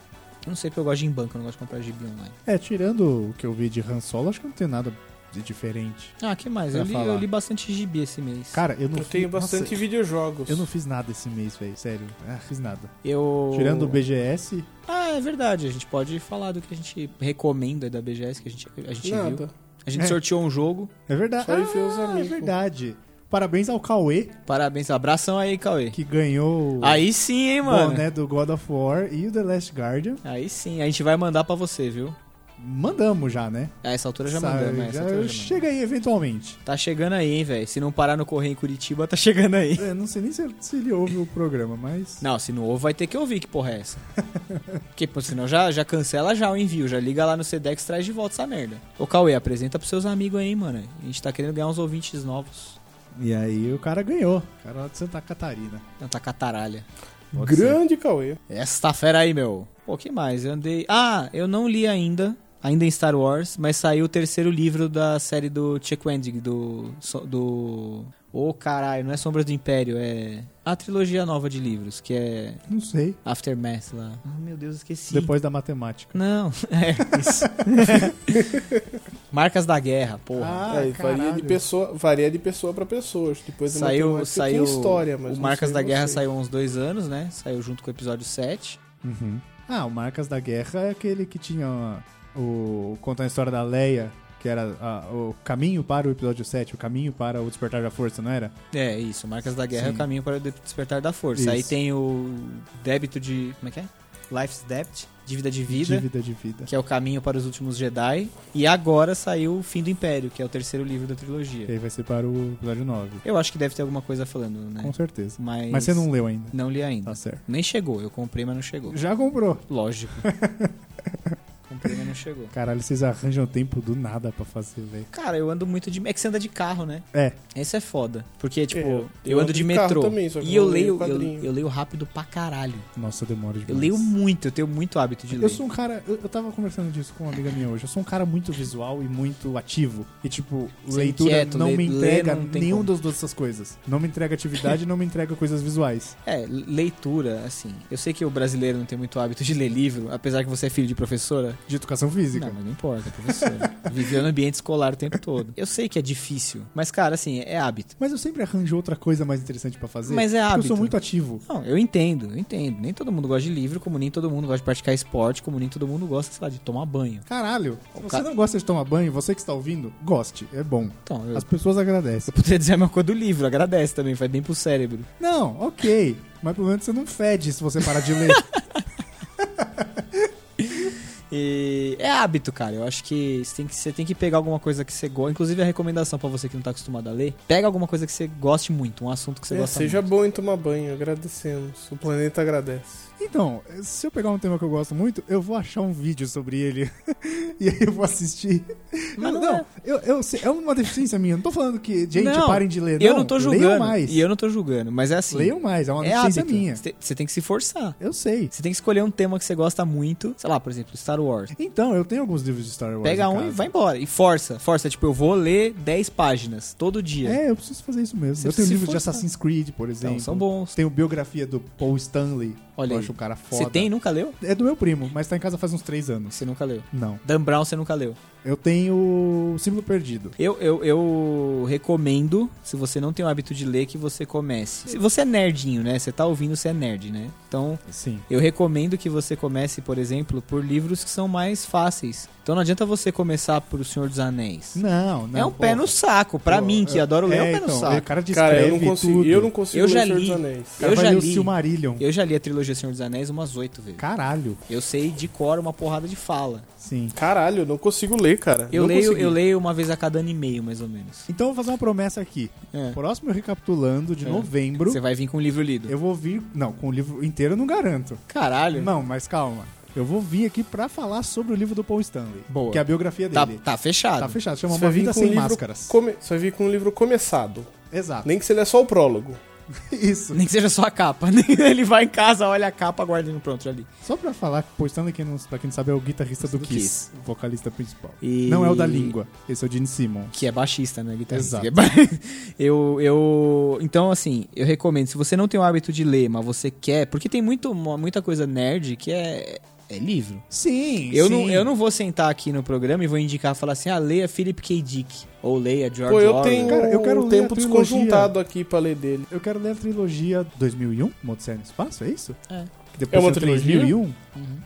[SPEAKER 3] Eu não sei porque eu gosto de ir em banca, eu não gosto de comprar gibi online.
[SPEAKER 1] É, tirando o que eu vi de Han Solo, acho que não tem nada de diferente.
[SPEAKER 3] Ah, que mais?
[SPEAKER 1] Pra
[SPEAKER 3] Eu li,
[SPEAKER 1] falar.
[SPEAKER 3] eu li bastante gibi esse mês.
[SPEAKER 1] Cara, eu não
[SPEAKER 2] Eu
[SPEAKER 1] fi-
[SPEAKER 2] tenho
[SPEAKER 1] nossa,
[SPEAKER 2] bastante videojogos.
[SPEAKER 1] eu não fiz nada esse mês, velho. Sério, ah, fiz nada.
[SPEAKER 3] eu
[SPEAKER 1] Tirando o BGS,
[SPEAKER 3] Ah, é verdade. A gente pode falar do que a gente recomenda da BGS, que a gente, a gente viu.
[SPEAKER 2] Nada.
[SPEAKER 3] A gente
[SPEAKER 1] É.
[SPEAKER 3] sorteou um jogo.
[SPEAKER 1] é verdade.
[SPEAKER 2] Só ele fez os
[SPEAKER 1] Ah, é
[SPEAKER 2] amigos.
[SPEAKER 1] verdade. Parabéns ao Cauê,
[SPEAKER 3] Parabéns, abração aí, Cauê.
[SPEAKER 1] que né? ganhou o
[SPEAKER 2] Ah,
[SPEAKER 3] Aí sim, hein, mano.
[SPEAKER 1] boné do God of War e o The Last Guardian.
[SPEAKER 3] Aí sim, a gente vai mandar pra você, viu?
[SPEAKER 1] Mandamos já, né?
[SPEAKER 3] A essa altura já
[SPEAKER 1] Sabe,
[SPEAKER 3] mandamos, né? Essa
[SPEAKER 1] já
[SPEAKER 3] altura já mandamos.
[SPEAKER 1] Chega aí, eventualmente.
[SPEAKER 3] Tá chegando aí, hein, velho. Se não parar no correio em Curitiba, tá chegando aí.
[SPEAKER 1] É, não sei nem se, se ele ouve o programa, mas...
[SPEAKER 3] Não, se não ouve, vai ter que ouvir que porra é essa. Porque pô, senão já, já cancela já o envio, já liga lá no Sedex traz de volta essa merda. Ô Cauê, apresenta pros seus amigos aí, mano. A gente tá querendo ganhar uns ouvintes novos.
[SPEAKER 1] E aí o cara ganhou. O cara lá de Santa Catarina.
[SPEAKER 3] Não, tá cataralha.
[SPEAKER 1] Pode ser.
[SPEAKER 2] Grande Cauê.
[SPEAKER 3] Esta fera aí, meu. Pô, que mais? Eu andei. Ah, eu não li ainda, ainda em Star Wars, mas saiu o terceiro livro da série do Chuck Wendig, do. so- do. Ô caralho, não é Sombras do Império, é. A trilogia nova de livros, que é
[SPEAKER 1] Não sei.
[SPEAKER 3] Aftermath lá. Ah, meu Deus, esqueci.
[SPEAKER 1] Depois da matemática.
[SPEAKER 3] Não, é isso. Marcas da Guerra, porra.
[SPEAKER 1] Ah,
[SPEAKER 2] Aí, É, varia, de
[SPEAKER 1] caralho.
[SPEAKER 2] pessoa, varia de pessoa pra pessoa. Depois da
[SPEAKER 3] saiu.
[SPEAKER 2] matemática tem
[SPEAKER 3] saiu
[SPEAKER 2] história, mas
[SPEAKER 3] o
[SPEAKER 2] não
[SPEAKER 3] Marcas
[SPEAKER 2] sei
[SPEAKER 3] da Guerra
[SPEAKER 2] você.
[SPEAKER 3] saiu há uns dois anos, né? Saiu junto com o episódio 7.
[SPEAKER 1] Uhum. Ah, o Marcas da Guerra é aquele que tinha o... Conta a história da Leia, que era a- o caminho para o episódio 7, o caminho para o Despertar da Força, não era?
[SPEAKER 3] É, isso. Marcas da Guerra é o
[SPEAKER 1] Sim.
[SPEAKER 3] caminho para o de- despertar da força.
[SPEAKER 1] Isso.
[SPEAKER 3] Aí tem o débito de. Como é que é? Life's Debt, Dívida de Vida,
[SPEAKER 1] Dívida de vida.
[SPEAKER 3] que é o caminho para os últimos Jedi. E agora saiu O Fim do Império, que é o terceiro livro da
[SPEAKER 1] E
[SPEAKER 3] trilogia.
[SPEAKER 1] aí vai ser para o episódio 9.
[SPEAKER 3] Eu acho que deve ter alguma coisa falando, né?
[SPEAKER 1] Com certeza.
[SPEAKER 3] Mas,
[SPEAKER 1] Mas você não leu ainda.
[SPEAKER 3] não li ainda.
[SPEAKER 1] Tá certo.
[SPEAKER 3] Nem chegou, eu comprei, mas não chegou.
[SPEAKER 1] Já comprou.
[SPEAKER 3] Lógico. comprei, mas não chegou.
[SPEAKER 1] Caralho, vocês arranjam tempo do nada pra fazer, velho.
[SPEAKER 3] Cara, eu ando muito de. É que você anda de carro, né?
[SPEAKER 1] É,
[SPEAKER 3] Esse é foda. Porque, tipo,
[SPEAKER 2] É,
[SPEAKER 3] eu, ando de,
[SPEAKER 2] carro
[SPEAKER 3] metrô.
[SPEAKER 2] também, só que
[SPEAKER 3] e eu
[SPEAKER 2] não
[SPEAKER 3] leio, eu,
[SPEAKER 2] quadrinho.
[SPEAKER 3] eu leio rápido pra caralho.
[SPEAKER 1] nossa, demora demais.
[SPEAKER 3] Eu leio muito, eu tenho muito hábito de ler.
[SPEAKER 1] Eu sou um cara. Eu, eu tava conversando disso com uma amiga minha hoje. Eu sou um cara muito visual e muito ativo. E, tipo,
[SPEAKER 3] Você é
[SPEAKER 1] leitura
[SPEAKER 3] inquieto,
[SPEAKER 1] não
[SPEAKER 3] lê-
[SPEAKER 1] me
[SPEAKER 3] lê
[SPEAKER 1] entrega
[SPEAKER 3] não tem
[SPEAKER 1] nenhum
[SPEAKER 3] como.
[SPEAKER 1] das duas essas coisas. Não me entrega atividade não me entrega coisas visuais.
[SPEAKER 3] É, leitura, assim. Eu sei que o brasileiro não tem muito hábito de ler livro, apesar que você é filho de professora.
[SPEAKER 1] De educação física.
[SPEAKER 3] Não, mas não importa, professora. Viveu no ambiente escolar o tempo todo. Eu sei que é difícil, mas, cara, assim, é hábito.
[SPEAKER 1] Mas eu sempre arranjo outra coisa mais interessante pra fazer.
[SPEAKER 3] Mas é
[SPEAKER 1] porque
[SPEAKER 3] hábito.
[SPEAKER 1] eu sou muito ativo.
[SPEAKER 3] Não, eu entendo, eu entendo. Nem todo mundo gosta de livro, como nem todo mundo gosta de praticar esporte, como nem todo mundo gosta, sei lá, de tomar banho.
[SPEAKER 1] Caralho, se você
[SPEAKER 3] cara-
[SPEAKER 1] não gosta de tomar banho, você que está ouvindo, goste, é bom.
[SPEAKER 3] Então, eu
[SPEAKER 1] As pessoas agradecem.
[SPEAKER 3] poderia dizer a mesma coisa do livro, agradece também, faz bem pro cérebro.
[SPEAKER 1] Não, ok, mas pelo menos você não fede se você parar de ler.
[SPEAKER 3] E é hábito, cara. Eu acho que você tem que, você tem que pegar alguma coisa que você gosta. Inclusive, a recomendação pra você que não tá acostumado a ler: pega alguma coisa que você goste muito, um assunto que você
[SPEAKER 2] É,
[SPEAKER 3] gosta
[SPEAKER 2] seja
[SPEAKER 3] muito.
[SPEAKER 2] bom em tomar banho, agradecemos. O planeta agradece.
[SPEAKER 1] Então, se eu pegar um tema que eu gosto muito, eu vou achar um vídeo sobre ele e aí eu vou assistir.
[SPEAKER 3] Mas
[SPEAKER 1] eu,
[SPEAKER 3] não
[SPEAKER 1] não,
[SPEAKER 3] é.
[SPEAKER 1] eu, eu- é uma deficiência minha. Não tô falando que, gente,
[SPEAKER 3] Não,
[SPEAKER 1] parem de ler.
[SPEAKER 3] eu não tô
[SPEAKER 1] Leiam
[SPEAKER 3] julgando.
[SPEAKER 1] mais.
[SPEAKER 3] E eu não tô julgando, mas é assim.
[SPEAKER 1] Leiam mais, é uma
[SPEAKER 3] é
[SPEAKER 1] deficiência
[SPEAKER 3] hábito.
[SPEAKER 1] minha.
[SPEAKER 3] Você te- Você tem que se forçar.
[SPEAKER 1] Eu sei.
[SPEAKER 3] Você tem que escolher um tema que você gosta muito. Sei lá, por exemplo, Star Wars.
[SPEAKER 1] Então, eu tenho alguns livros de Star Wars.
[SPEAKER 3] Pega
[SPEAKER 1] em
[SPEAKER 3] um
[SPEAKER 1] casa.
[SPEAKER 3] e vai embora. E força, força. Tipo, eu vou ler 10 páginas todo dia.
[SPEAKER 1] É, eu preciso fazer isso mesmo.
[SPEAKER 3] Você
[SPEAKER 1] eu tenho
[SPEAKER 3] se
[SPEAKER 1] livro de
[SPEAKER 3] forçar.
[SPEAKER 1] Assassin's Creed, por exemplo.
[SPEAKER 3] então, são bons.
[SPEAKER 1] Tenho biografia do Paul Stanley.
[SPEAKER 3] Olha
[SPEAKER 1] eu
[SPEAKER 3] aí.
[SPEAKER 1] acho um cara foda.
[SPEAKER 3] Você tem e nunca leu?
[SPEAKER 1] É do meu primo, mas tá em casa faz uns três anos.
[SPEAKER 3] Você nunca leu.
[SPEAKER 1] Não.
[SPEAKER 3] Dan Brown, você nunca leu.
[SPEAKER 1] Eu tenho o Símbolo Perdido.
[SPEAKER 3] Eu, eu, eu recomendo, se você não tem o hábito de ler, que você comece. Se você é nerdinho, né? Você tá ouvindo, você é nerd, né? Então,
[SPEAKER 1] Sim.
[SPEAKER 3] eu recomendo que você comece, por exemplo, por livros que são mais fáceis. Então não adianta você começar por O Senhor dos Anéis.
[SPEAKER 1] Não, não.
[SPEAKER 3] é um pé
[SPEAKER 1] porra.
[SPEAKER 3] no saco. Pra
[SPEAKER 1] Pô,
[SPEAKER 3] mim, que adoro ler, é, um pé no
[SPEAKER 1] então, O
[SPEAKER 3] saco.
[SPEAKER 1] cara descreve
[SPEAKER 2] Cara, eu não consigo.
[SPEAKER 1] tudo.
[SPEAKER 2] Eu não consigo
[SPEAKER 3] Eu já
[SPEAKER 2] ler Senhor
[SPEAKER 3] li.
[SPEAKER 2] dos Anéis.
[SPEAKER 1] O cara
[SPEAKER 3] eu
[SPEAKER 1] vai
[SPEAKER 3] já
[SPEAKER 1] ler o
[SPEAKER 3] li.
[SPEAKER 1] Silmarillion.
[SPEAKER 3] Eu já li a trilogia Senhor dos Anéis umas oito vezes.
[SPEAKER 1] Caralho.
[SPEAKER 3] Eu sei de cor uma porrada de fala.
[SPEAKER 1] Sim.
[SPEAKER 2] Caralho, eu não consigo ler, cara.
[SPEAKER 3] Eu
[SPEAKER 2] Não
[SPEAKER 3] leio,
[SPEAKER 2] consegui.
[SPEAKER 3] eu leio uma vez a cada ano e meio, mais ou menos.
[SPEAKER 1] Então eu vou fazer uma promessa aqui.
[SPEAKER 3] É.
[SPEAKER 1] Próximo recapitulando de
[SPEAKER 3] É.
[SPEAKER 1] novembro,
[SPEAKER 3] Você vai É. vir com um livro lido.
[SPEAKER 1] eu vou vir, não, com o livro inteiro eu não garanto.
[SPEAKER 3] Caralho.
[SPEAKER 1] Não, mas calma. Eu vou vir aqui pra falar sobre o livro do Paul Stanley,
[SPEAKER 3] Boa.
[SPEAKER 1] que é a biografia
[SPEAKER 3] Tá,
[SPEAKER 1] dele.
[SPEAKER 3] tá fechado.
[SPEAKER 1] Tá fechado, chama
[SPEAKER 2] Você
[SPEAKER 1] Uma
[SPEAKER 2] vai vir
[SPEAKER 1] Vida
[SPEAKER 2] com
[SPEAKER 1] Sem
[SPEAKER 2] um livro
[SPEAKER 1] Máscaras.
[SPEAKER 2] Come... Só vir com um livro começado.
[SPEAKER 3] Ah.
[SPEAKER 1] Exato.
[SPEAKER 2] Nem que você lê só o prólogo.
[SPEAKER 1] Isso.
[SPEAKER 3] Nem que seja só a capa. Nem- Ele vai em casa, olha a capa, guarda no pronto, já li.
[SPEAKER 1] Só pra falar que Paul Stanley, quem não, pra quem não sabe, é o guitarrista do,
[SPEAKER 3] Do
[SPEAKER 1] Kiss, o vocalista principal.
[SPEAKER 3] E-
[SPEAKER 1] Não é o da língua, esse é o Gene Simmons.
[SPEAKER 3] Que é baixista, né?
[SPEAKER 1] Exato.
[SPEAKER 3] Guitarrista. Que é ba- eu, eu. Então, assim, eu recomendo. Se você não tem o hábito de ler, mas você quer. Porque tem muito, muita coisa nerd que é. É livro.
[SPEAKER 1] Sim,
[SPEAKER 3] Eu não, eu não vou sentar aqui no programa e vou indicar, falar assim, ah, leia Philip K. Dick. Ou leia George
[SPEAKER 2] Pô, eu
[SPEAKER 3] Orwell.
[SPEAKER 2] tenho
[SPEAKER 1] Cara, eu quero ler
[SPEAKER 2] um
[SPEAKER 1] a
[SPEAKER 2] tempo
[SPEAKER 1] trilogia.
[SPEAKER 2] desconjuntado aqui pra ler dele.
[SPEAKER 1] Eu quero ler a trilogia 2001, Motocicleta um, no Espaço, é isso?
[SPEAKER 3] É. Uhum.
[SPEAKER 1] Que depois
[SPEAKER 2] É uma
[SPEAKER 1] saiu
[SPEAKER 2] trilogia?
[SPEAKER 1] 3001?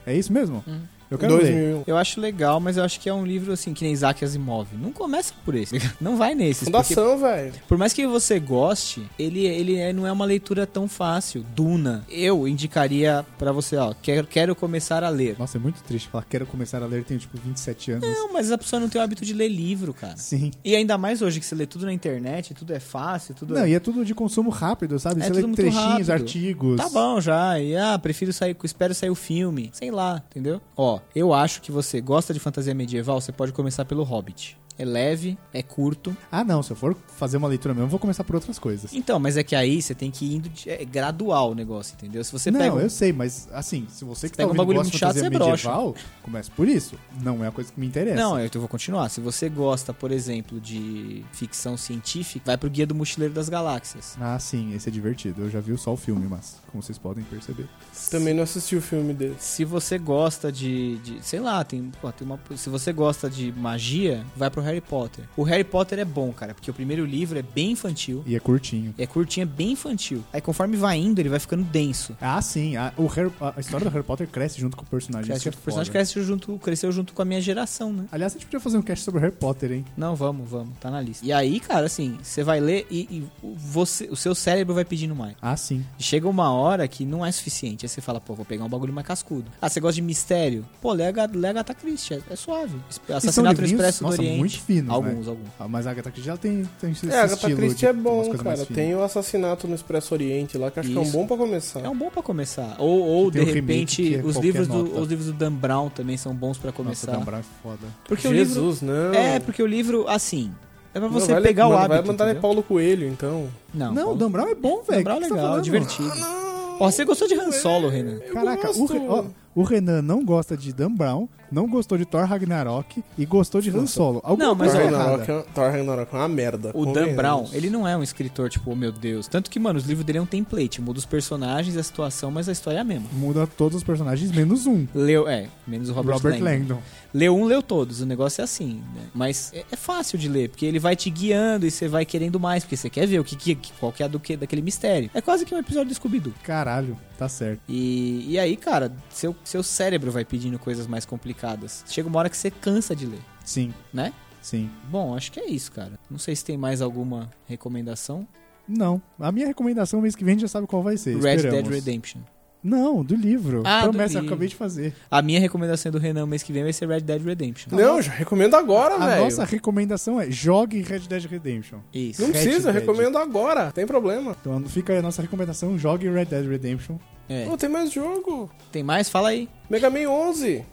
[SPEAKER 1] É isso mesmo? Eu quero ler.
[SPEAKER 2] 2001.
[SPEAKER 3] Eu acho legal, mas eu acho que é um livro, assim, que nem Isaac Asimov. Não começa por esse. Não vai nesse.
[SPEAKER 2] Fundação, velho.
[SPEAKER 3] Por mais que você goste, ele, ele é- não é uma leitura tão fácil. Duna, eu indicaria pra você, ó, quero, quero começar a
[SPEAKER 2] um.
[SPEAKER 3] ler.
[SPEAKER 1] Nossa, é muito triste falar quero começar a ler, tenho tipo 27 anos.
[SPEAKER 3] Não, mas a pessoa não tem o hábito de ler livro, cara.
[SPEAKER 1] Sim.
[SPEAKER 3] E ainda mais hoje que você lê tudo na internet, tudo é fácil, tudo
[SPEAKER 1] Não,
[SPEAKER 3] é...
[SPEAKER 1] e é tudo de consumo rápido, sabe?
[SPEAKER 3] É
[SPEAKER 1] Você
[SPEAKER 3] tudo
[SPEAKER 1] lê
[SPEAKER 3] muito
[SPEAKER 1] trechinhos,
[SPEAKER 3] rápido.
[SPEAKER 1] artigos.
[SPEAKER 3] Tá bom já, e ah, prefiro sair, espero sair o filme, sei lá, entendeu? Ó, eu acho que você gosta de fantasia medieval, você pode começar pelo Hobbit. É leve, é curto.
[SPEAKER 1] Ah, não, se eu for fazer uma leitura mesmo, eu vou começar por outras coisas.
[SPEAKER 3] Então, mas é que aí você tem que ir indo de, é gradual o negócio, entendeu? Se você
[SPEAKER 1] não,
[SPEAKER 3] pega um-
[SPEAKER 1] eu sei, mas assim, se você que tá
[SPEAKER 3] pega um
[SPEAKER 1] ouvindo
[SPEAKER 3] bagulho
[SPEAKER 1] gosta de
[SPEAKER 3] muito chato,
[SPEAKER 1] fantasia
[SPEAKER 3] você brocha.
[SPEAKER 1] medieval, comece por isso. Não é a coisa que me interessa.
[SPEAKER 3] Não, eu vou continuar. Se você gosta, por exemplo, de ficção científica, vai pro Guia do Mochileiro das Galáxias.
[SPEAKER 1] Ah, sim, esse é divertido. Eu já vi só o filme, mas como vocês podem perceber.
[SPEAKER 2] Também não assisti o filme dele.
[SPEAKER 3] Se você gosta de, de- sei lá, tem, pô, tem uma, se você gosta de magia, vai pro Harry Potter. O Harry Potter é bom, cara, porque o primeiro livro é bem infantil.
[SPEAKER 1] E é curtinho.
[SPEAKER 3] E é curtinho, é bem infantil. Aí conforme vai indo, ele vai ficando denso.
[SPEAKER 1] Ah, sim. A, o Harry- a- a história do Harry Potter cresce junto com o personagem.
[SPEAKER 3] Cresce,
[SPEAKER 1] isso é
[SPEAKER 3] o personagem
[SPEAKER 1] foda.
[SPEAKER 3] cresce junto, cresceu junto com a minha geração, né?
[SPEAKER 1] Aliás, a gente podia fazer um cast sobre o Harry Potter, hein?
[SPEAKER 3] Não, vamos, vamos, tá na lista. E aí, cara, assim, você vai ler e, e o- você, o seu cérebro vai pedindo mais.
[SPEAKER 1] Ah, sim.
[SPEAKER 3] Chega uma hora que não é suficiente. Aí você fala, pô, vou pegar um bagulho mais cascudo. Ah, você gosta de mistério? Pô, lê Aga- lê Agatha Christie, é, é suave. Esp- Assassinato no
[SPEAKER 1] livrinhos,
[SPEAKER 3] Expresso
[SPEAKER 1] nossa,
[SPEAKER 3] do Oriente.
[SPEAKER 1] muito finos,
[SPEAKER 3] alguns, alguns.
[SPEAKER 1] Ah, Mas a Agatha Christie ela tem, tem esse
[SPEAKER 2] É, Agatha
[SPEAKER 1] estilo
[SPEAKER 2] Christie
[SPEAKER 1] de-
[SPEAKER 2] é
[SPEAKER 1] umas
[SPEAKER 2] bom,
[SPEAKER 1] coisas mais
[SPEAKER 2] cara.
[SPEAKER 1] finas.
[SPEAKER 2] Tem o assassinato no Expresso Oriente lá, que acho que é um
[SPEAKER 3] Isso.
[SPEAKER 2] bom pra começar.
[SPEAKER 3] É um bom pra começar. Ou, ou,
[SPEAKER 1] Tem
[SPEAKER 3] de
[SPEAKER 1] o remake,
[SPEAKER 3] repente,
[SPEAKER 1] que é
[SPEAKER 3] os
[SPEAKER 1] qualquer
[SPEAKER 3] livros, do,
[SPEAKER 1] nota.
[SPEAKER 3] os livros do Dan Brown também são bons pra começar.
[SPEAKER 1] Nossa, Dan Brown é foda.
[SPEAKER 3] Porque o livro.
[SPEAKER 2] Jesus, não.
[SPEAKER 3] É, porque o livro, assim. É pra
[SPEAKER 2] Não,
[SPEAKER 3] você
[SPEAKER 2] vai le-
[SPEAKER 3] pegar o
[SPEAKER 2] mano,
[SPEAKER 3] hábito.
[SPEAKER 2] Vai mandar em
[SPEAKER 3] entendeu?
[SPEAKER 2] Paulo Coelho, então.
[SPEAKER 3] Não,
[SPEAKER 1] Não, o
[SPEAKER 3] Paulo-
[SPEAKER 1] Dan Brown é bom, velho.
[SPEAKER 3] Dan Brown
[SPEAKER 1] O
[SPEAKER 3] é
[SPEAKER 1] que você tá
[SPEAKER 3] legal,
[SPEAKER 1] falando?
[SPEAKER 3] divertido. Ó, você gostou de Han Solo, Renan?
[SPEAKER 2] Eu
[SPEAKER 1] Caraca, o,
[SPEAKER 2] gosto.
[SPEAKER 1] Re- ó, o Renan não gosta de Dan Brown, não gostou de Thor Ragnarok e gostou de Han Solo. Alguma
[SPEAKER 3] Não, mas
[SPEAKER 1] coisa
[SPEAKER 2] Thor
[SPEAKER 3] olha,
[SPEAKER 1] errada.
[SPEAKER 2] Ragnarok é- Thor Ragnarok é uma merda.
[SPEAKER 3] O Dan
[SPEAKER 2] convenhamos.
[SPEAKER 3] Brown, ele não é um escritor, tipo, oh meu Deus. Tanto que, mano, os livros dele é um template. Muda os personagens, a situação, mas a história é a mesma.
[SPEAKER 1] Muda todos os personagens, menos um.
[SPEAKER 3] Leu, é, menos o Robert,
[SPEAKER 1] Robert
[SPEAKER 3] Langdon.
[SPEAKER 1] Langdon.
[SPEAKER 3] Leu um, leu todos. O negócio é assim, né? Mas é, é fácil de ler, porque ele vai te guiando e você vai querendo mais, porque você quer ver o que, que que- qual que é a do que daquele mistério. É quase que um episódio do Scooby-Doo.
[SPEAKER 1] Caralho, tá certo.
[SPEAKER 3] E, e aí, cara, seu, seu cérebro vai pedindo coisas mais complicadas. Chega uma hora que você cansa de ler,
[SPEAKER 1] Sim,
[SPEAKER 3] né?
[SPEAKER 1] sim.
[SPEAKER 3] Bom, acho que é isso, cara. Não sei se tem mais alguma recomendação.
[SPEAKER 1] Não, a minha recomendação mês que vem a gente já sabe qual vai ser.
[SPEAKER 3] Red
[SPEAKER 1] esperamos.
[SPEAKER 3] Dead Redemption.
[SPEAKER 1] Não, do livro.
[SPEAKER 3] Ah, do
[SPEAKER 1] Promessa que eu
[SPEAKER 3] livro.
[SPEAKER 1] acabei de fazer.
[SPEAKER 3] A minha recomendação do Renan mês que vem vai ser Red Dead Redemption.
[SPEAKER 2] Não, já recomendo
[SPEAKER 3] Ah,
[SPEAKER 2] agora,
[SPEAKER 1] a
[SPEAKER 2] velho.
[SPEAKER 1] nossa recomendação é jogue Red Dead Redemption.
[SPEAKER 3] Isso.
[SPEAKER 2] Não precisa,
[SPEAKER 1] Red Dead.
[SPEAKER 2] recomendo agora. Tem problema.
[SPEAKER 1] Então fica aí a nossa recomendação, jogue Red Dead Redemption.
[SPEAKER 3] É.
[SPEAKER 2] Pô, tem mais jogo.
[SPEAKER 3] Tem mais? Fala aí.
[SPEAKER 2] Mega Man 11.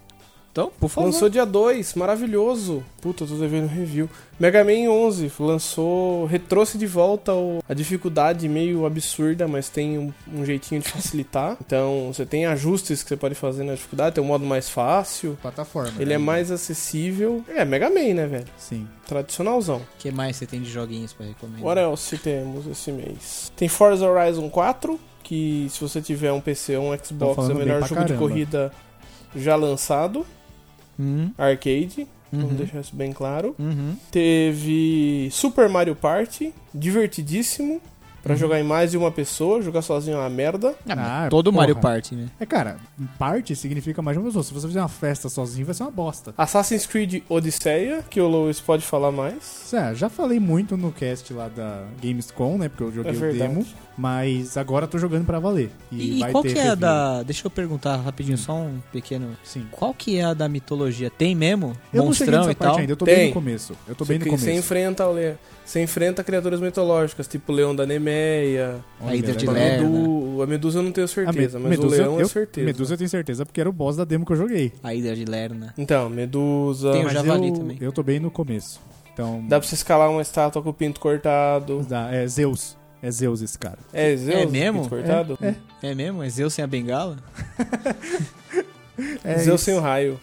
[SPEAKER 3] Então, por favor.
[SPEAKER 2] Lançou dia 2, maravilhoso. Puta, eu tô devendo review. Mega Man 11 lançou, retrouxe de volta o- a dificuldade meio absurda, mas tem um, um jeitinho de facilitar. Então, você tem ajustes que você pode fazer na dificuldade, tem um modo mais fácil.
[SPEAKER 1] Plataforma.
[SPEAKER 2] Ele é mais acessível. É, Mega Man, né, velho?
[SPEAKER 1] Sim.
[SPEAKER 2] Tradicionalzão.
[SPEAKER 3] O que mais você tem de joguinhos pra recomendar?
[SPEAKER 2] What else temos esse mês? Tem Forza Horizon 4, que se você tiver um PC ou um Xbox é
[SPEAKER 1] Tá falando
[SPEAKER 2] o
[SPEAKER 1] bem
[SPEAKER 2] melhor
[SPEAKER 1] pra
[SPEAKER 2] jogo de
[SPEAKER 1] caramba.
[SPEAKER 2] corrida já lançado.
[SPEAKER 3] Hum,
[SPEAKER 2] Arcade,
[SPEAKER 3] uhum,
[SPEAKER 2] vamos deixar isso bem claro.
[SPEAKER 3] uhum.
[SPEAKER 2] Teve Super Mario Party, divertidíssimo. Pra
[SPEAKER 3] Uhum.
[SPEAKER 2] jogar em mais de uma pessoa, jogar sozinho é uma merda.
[SPEAKER 3] Ah, mas
[SPEAKER 1] Ah,
[SPEAKER 3] todo
[SPEAKER 1] porra.
[SPEAKER 3] Mario Party, né?
[SPEAKER 1] É, cara, parte significa mais de uma pessoa. Se você fizer uma festa sozinho, vai ser uma bosta.
[SPEAKER 2] Assassin's Creed Odisseia, que o Lois pode falar mais.
[SPEAKER 1] Sé, já falei muito no cast lá da Gamescom, né? Porque eu joguei
[SPEAKER 2] É
[SPEAKER 1] o
[SPEAKER 2] verdade.
[SPEAKER 1] demo. Mas agora eu tô jogando pra valer. E,
[SPEAKER 3] E,
[SPEAKER 1] vai
[SPEAKER 3] qual
[SPEAKER 1] ter
[SPEAKER 3] que é a
[SPEAKER 1] review.
[SPEAKER 3] da... Deixa eu perguntar rapidinho, só um pequeno...
[SPEAKER 1] Sim.
[SPEAKER 3] Qual que é a da mitologia? Tem mesmo?
[SPEAKER 1] Eu não cheguei
[SPEAKER 3] Monstrão
[SPEAKER 1] nessa
[SPEAKER 3] e tal?
[SPEAKER 1] é parte ainda, eu tô
[SPEAKER 2] Tem.
[SPEAKER 1] bem no começo. Eu tô bem no
[SPEAKER 2] Você-
[SPEAKER 1] começo.
[SPEAKER 2] Você enfrenta, olha, você enfrenta criaturas mitológicas, tipo o Leão da Nemeia,
[SPEAKER 1] Olha,
[SPEAKER 3] Aí deu de
[SPEAKER 1] legal.
[SPEAKER 2] a,
[SPEAKER 3] leve. Lerna.
[SPEAKER 2] Medu, a Medusa eu não tenho
[SPEAKER 1] A
[SPEAKER 2] certeza,
[SPEAKER 1] Me-
[SPEAKER 2] mas
[SPEAKER 1] Ah, Medusa,
[SPEAKER 2] o Leão é
[SPEAKER 1] eu-
[SPEAKER 2] certeza.
[SPEAKER 1] Medusa eu tenho certeza, porque era o boss da demo que eu joguei.
[SPEAKER 3] A Hidra de Lerna.
[SPEAKER 2] Então, Medusa.
[SPEAKER 3] Tem um o
[SPEAKER 1] Mas
[SPEAKER 3] Javali
[SPEAKER 1] eu,
[SPEAKER 3] também.
[SPEAKER 1] Eu tô bem no começo. Então.
[SPEAKER 2] Dá pra você escalar uma estátua com o pinto cortado.
[SPEAKER 1] dá- é Zeus. É Zeus esse cara.
[SPEAKER 2] É Zeus?
[SPEAKER 3] É mesmo?
[SPEAKER 2] Pinto cortado?
[SPEAKER 1] É,
[SPEAKER 3] É mesmo? É Zeus sem a bengala?
[SPEAKER 1] É
[SPEAKER 2] Zeus
[SPEAKER 1] isso.
[SPEAKER 2] sem o raio.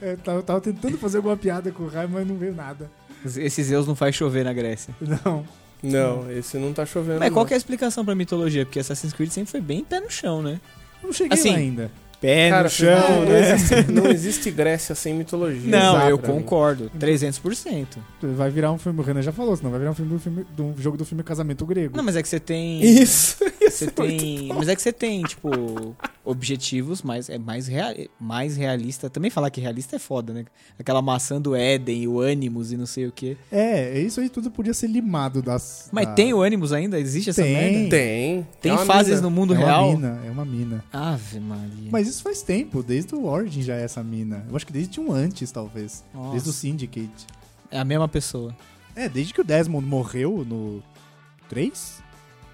[SPEAKER 1] Eu tava, eu tava tentando fazer alguma piada com o Raio, mas não veio nada.
[SPEAKER 3] Esse Zeus não faz chover na Grécia.
[SPEAKER 1] Não.
[SPEAKER 2] Não, esse não tá chovendo.
[SPEAKER 3] Mas qual
[SPEAKER 2] não.
[SPEAKER 3] que é a explicação pra mitologia? Porque Assassin's Creed sempre foi bem pé no chão, né?
[SPEAKER 1] Não cheguei
[SPEAKER 3] Assim,
[SPEAKER 1] lá ainda.
[SPEAKER 3] Pé né?
[SPEAKER 2] Cara, não, não existe, não existe Grécia sem mitologia.
[SPEAKER 3] Não,
[SPEAKER 2] Exato,
[SPEAKER 3] eu
[SPEAKER 2] pra mim.
[SPEAKER 3] concordo.
[SPEAKER 1] Uhum.
[SPEAKER 3] 300%.
[SPEAKER 1] Vai virar um filme, o Renan já falou, senão vai virar um filme do filme de um jogo do filme Casamento Grego.
[SPEAKER 3] Não, mas é que você tem.
[SPEAKER 2] Isso.
[SPEAKER 3] Você tem. Mas é que você tem, tipo, objetivos, mas é mais, rea... mais realista. Também falar que realista é foda, né? Aquela maçã do Éden, o Animus e não sei o quê.
[SPEAKER 1] É, isso aí tudo podia ser limado das.
[SPEAKER 3] Mas
[SPEAKER 1] da-
[SPEAKER 3] tem o Animus ainda? Existe essa
[SPEAKER 1] Ah. Tem.
[SPEAKER 3] merda?
[SPEAKER 2] Tem.
[SPEAKER 3] Tem fases no mundo
[SPEAKER 1] é Uma
[SPEAKER 3] real?
[SPEAKER 1] mina, é uma mina.
[SPEAKER 3] Ave Maria.
[SPEAKER 1] Mas isso faz tempo, desde o Origin já é essa mina. Eu acho que desde um antes, talvez.
[SPEAKER 3] Nossa.
[SPEAKER 1] Desde o Syndicate.
[SPEAKER 3] É a mesma pessoa.
[SPEAKER 1] É, desde que o Desmond morreu no 3?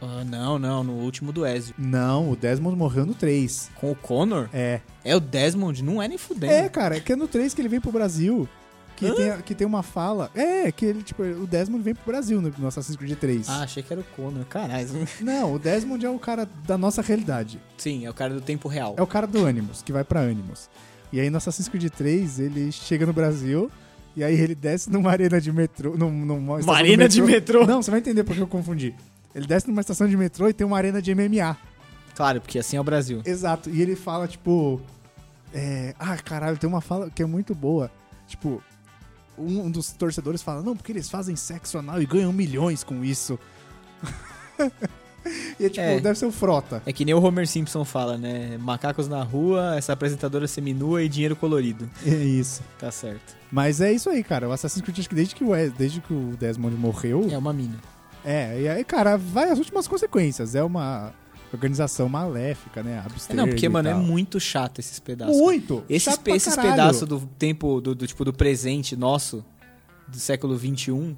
[SPEAKER 3] Ah, não, não, no último do Ezio.
[SPEAKER 1] Não, o Desmond morreu no 3.
[SPEAKER 3] Com o Connor?
[SPEAKER 1] É.
[SPEAKER 3] É o Desmond? Não é nem fudendo.
[SPEAKER 1] É, cara, é que é no 3 que ele vem pro Brasil. Que tem, a- que tem uma fala. É, que ele, tipo, o Desmond vem pro Brasil no, no Assassin's Creed 3.
[SPEAKER 3] Ah, achei que era o Connor. Caralho.
[SPEAKER 1] Não, o Desmond é o cara da nossa realidade.
[SPEAKER 3] Sim, é o cara do tempo real.
[SPEAKER 1] É o cara do Animus, que vai pra Animus. E aí no Assassin's Creed 3, ele chega no Brasil. E aí ele desce numa arena de metrô. Num, numa estação
[SPEAKER 3] Marina de metrô.
[SPEAKER 1] Não, você vai entender porque eu confundi. Ele desce numa estação de metrô e tem uma arena de MMA.
[SPEAKER 3] Claro, porque assim é o Brasil.
[SPEAKER 1] Exato. E ele fala, tipo. é, Ah, caralho, tem uma fala que é muito boa. Tipo, um, um dos torcedores fala, não, porque eles fazem sexo anal e ganham milhões com isso. e é tipo,
[SPEAKER 3] É.
[SPEAKER 1] deve ser o Frota.
[SPEAKER 3] É que nem o Homer Simpson fala, né? Macacos na rua, essa apresentadora seminua e dinheiro colorido.
[SPEAKER 1] É isso.
[SPEAKER 3] Tá certo.
[SPEAKER 1] Mas é isso aí, cara. O Assassin's Creed, acho que desde que o, Wes- desde que o Desmond morreu.
[SPEAKER 3] É uma mina.
[SPEAKER 1] É, e aí, cara, vai as últimas consequências. É uma organização maléfica, né?
[SPEAKER 3] É,
[SPEAKER 1] Absterga
[SPEAKER 3] não, porque,
[SPEAKER 1] e
[SPEAKER 3] mano, é
[SPEAKER 1] tal.
[SPEAKER 3] muito chato esses pedaços.
[SPEAKER 1] Muito!
[SPEAKER 3] Esses,
[SPEAKER 1] Chato pra
[SPEAKER 3] esses
[SPEAKER 1] caralho.
[SPEAKER 3] pedaços do tempo, do, do tipo, do presente nosso, do século XXI,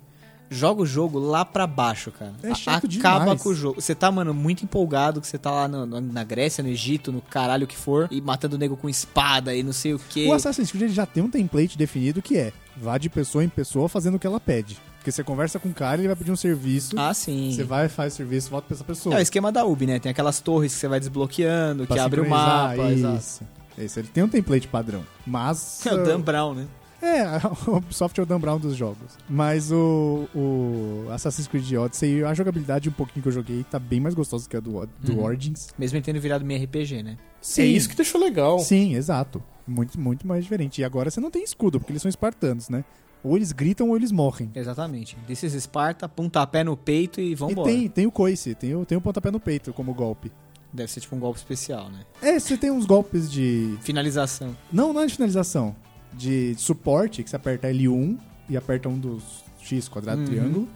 [SPEAKER 3] joga o jogo lá pra baixo, cara.
[SPEAKER 1] É
[SPEAKER 3] A-
[SPEAKER 1] chato
[SPEAKER 3] Acaba
[SPEAKER 1] demais.
[SPEAKER 3] com o jogo. Você tá, mano, muito empolgado que você tá lá na- na- na Grécia, no Egito, no caralho que for, e matando o nego com espada e não sei o quê.
[SPEAKER 1] O Assassin's Creed ele já tem um template definido que é vá de pessoa em pessoa fazendo o que ela pede. Porque você conversa com o cara, ele vai pedir um serviço,
[SPEAKER 3] Ah, sim.
[SPEAKER 1] você vai, faz serviço, volta pra essa pessoa.
[SPEAKER 3] É o esquema da UB, né? Tem aquelas torres que você vai desbloqueando,
[SPEAKER 1] Pra
[SPEAKER 3] que abre o
[SPEAKER 1] sincronizar,
[SPEAKER 3] mapa. exato.
[SPEAKER 1] Isso. Isso, ele tem um template padrão. Mas.
[SPEAKER 3] É o Dan Brown, né?
[SPEAKER 1] É, o Ubisoft é o Dan Brown dos jogos. Mas o, o Assassin's Creed Odyssey, a jogabilidade um pouquinho que eu joguei tá bem mais gostosa que a do, do
[SPEAKER 3] Uhum.
[SPEAKER 1] Origins.
[SPEAKER 3] Mesmo ele tendo virado meio RPG, né?
[SPEAKER 1] Sim,
[SPEAKER 2] É isso que deixou legal.
[SPEAKER 1] Sim, exato. Muito, muito mais diferente. E agora você não tem escudo, porque eles são espartanos, né? Ou eles gritam ou eles morrem.
[SPEAKER 3] Exatamente. This is Sparta, pontapé no peito e
[SPEAKER 1] E
[SPEAKER 3] vambora.
[SPEAKER 1] tem, tem o coice, tem o, tem o pontapé no peito como golpe.
[SPEAKER 3] Deve ser tipo um golpe especial, né?
[SPEAKER 1] É, você tem uns golpes de.
[SPEAKER 3] Finalização.
[SPEAKER 1] Não, não é de finalização. De suporte, que você aperta L1 e aperta um dos X, quadrado,
[SPEAKER 3] Uhum.
[SPEAKER 1] triângulo.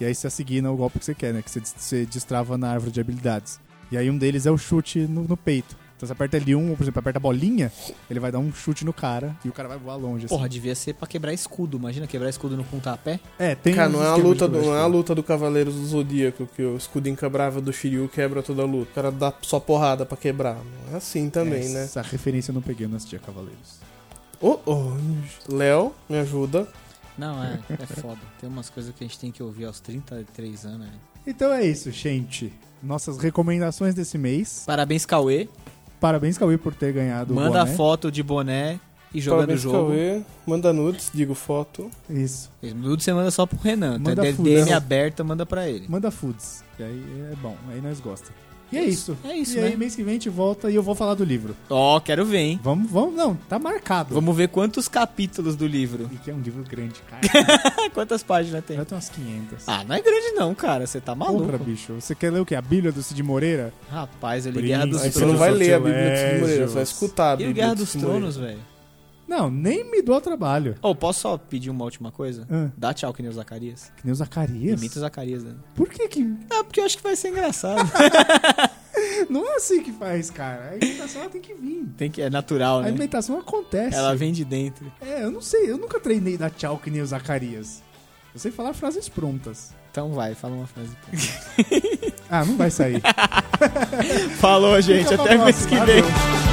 [SPEAKER 1] E aí você assigna o golpe que você quer, né? Que você, des- você destrava na árvore de habilidades. E aí um deles é o chute no, no peito. Então você aperta L1, ou por exemplo, aperta a bolinha, ele vai dar um chute no cara e o cara vai voar longe. assim.
[SPEAKER 3] Porra, devia ser pra quebrar escudo. Imagina quebrar escudo no pontapé.
[SPEAKER 1] É, tem
[SPEAKER 2] Cara,
[SPEAKER 1] uns
[SPEAKER 2] não é, a
[SPEAKER 1] esquemas
[SPEAKER 2] luta
[SPEAKER 1] de
[SPEAKER 2] do, não é a
[SPEAKER 1] combate.
[SPEAKER 2] luta do Cavaleiros do Zodíaco, que o escudo inquebrável do Shiryu quebra toda a luta. O cara dá só porrada pra quebrar. Não é assim também, né?
[SPEAKER 1] Essa referência eu não peguei, eu não assistia Cavaleiros.
[SPEAKER 2] Oh, oh. Léo, me ajuda.
[SPEAKER 3] Não, é, é foda. Tem umas coisas que a gente tem que ouvir aos 33 anos. Né?
[SPEAKER 1] Então é isso, gente. Nossas recomendações desse mês.
[SPEAKER 3] Parabéns, Cauê.
[SPEAKER 1] Parabéns, Cauê, por ter ganhado
[SPEAKER 3] Manda
[SPEAKER 1] o boné.
[SPEAKER 3] foto de boné e jogando o
[SPEAKER 2] Parabéns,
[SPEAKER 3] jogo.
[SPEAKER 2] Cauê. Manda nudes, digo foto.
[SPEAKER 1] Isso.
[SPEAKER 3] Tudo você manda só pro Renan. Tá?
[SPEAKER 1] Manda
[SPEAKER 3] D-
[SPEAKER 1] full,
[SPEAKER 3] DM
[SPEAKER 1] né?
[SPEAKER 3] aberta, manda pra ele.
[SPEAKER 1] Manda foods. E aí é bom, aí nós gosta. E é isso.
[SPEAKER 3] É isso,
[SPEAKER 1] e aí,
[SPEAKER 3] né?
[SPEAKER 1] mês que vem a gente volta e eu vou falar do livro.
[SPEAKER 3] Ó, quero ver, hein?
[SPEAKER 1] Vamos, vamos, não, tá marcado.
[SPEAKER 3] Vamos ver quantos capítulos do livro.
[SPEAKER 1] E que é um livro grande, cara.
[SPEAKER 3] Ah, Quantas páginas tem?
[SPEAKER 1] Já tem umas 500.
[SPEAKER 3] Ah, não é grande não, cara. Você tá maluco.
[SPEAKER 1] Porra, bicho. Você quer ler o quê? A Bíblia do Cid Moreira?
[SPEAKER 3] Rapaz, eu li
[SPEAKER 1] Príncipe.
[SPEAKER 3] Guerra dos
[SPEAKER 2] Aí você
[SPEAKER 1] Tronos
[SPEAKER 2] não vai
[SPEAKER 1] dos
[SPEAKER 2] ler a Bíblia do Cid
[SPEAKER 1] Tilégios.
[SPEAKER 2] Moreira, você vai escutar a
[SPEAKER 3] E
[SPEAKER 2] Bíblia
[SPEAKER 3] o Guerra
[SPEAKER 2] do
[SPEAKER 3] dos
[SPEAKER 2] Cid Moreira.
[SPEAKER 3] Tronos, velho.
[SPEAKER 1] Não, nem me dou trabalho.
[SPEAKER 3] Ô, posso só pedir uma última coisa?
[SPEAKER 1] Ah.
[SPEAKER 3] Dá tchau que nem o Zacarias.
[SPEAKER 1] Que nem o Zacarias.
[SPEAKER 3] Imita o Zacarias, né?
[SPEAKER 1] Por que que...
[SPEAKER 3] Ah, porque eu acho que vai ser engraçado.
[SPEAKER 1] Não é assim que faz, cara. A imitação ela tem que vir.
[SPEAKER 3] Tem que, é natural,
[SPEAKER 1] A
[SPEAKER 3] né?
[SPEAKER 1] alimentação acontece.
[SPEAKER 3] Ela vem de dentro.
[SPEAKER 1] É, eu não sei, eu nunca treinei dar tchau que nem o Zacarias. Eu sei falar frases prontas.
[SPEAKER 3] Então vai, fala uma frase.
[SPEAKER 1] Ah, não vai sair.
[SPEAKER 3] Falou, gente.
[SPEAKER 1] Fica pra
[SPEAKER 3] Até mês
[SPEAKER 1] próxima.
[SPEAKER 3] que vem.
[SPEAKER 1] Valeu.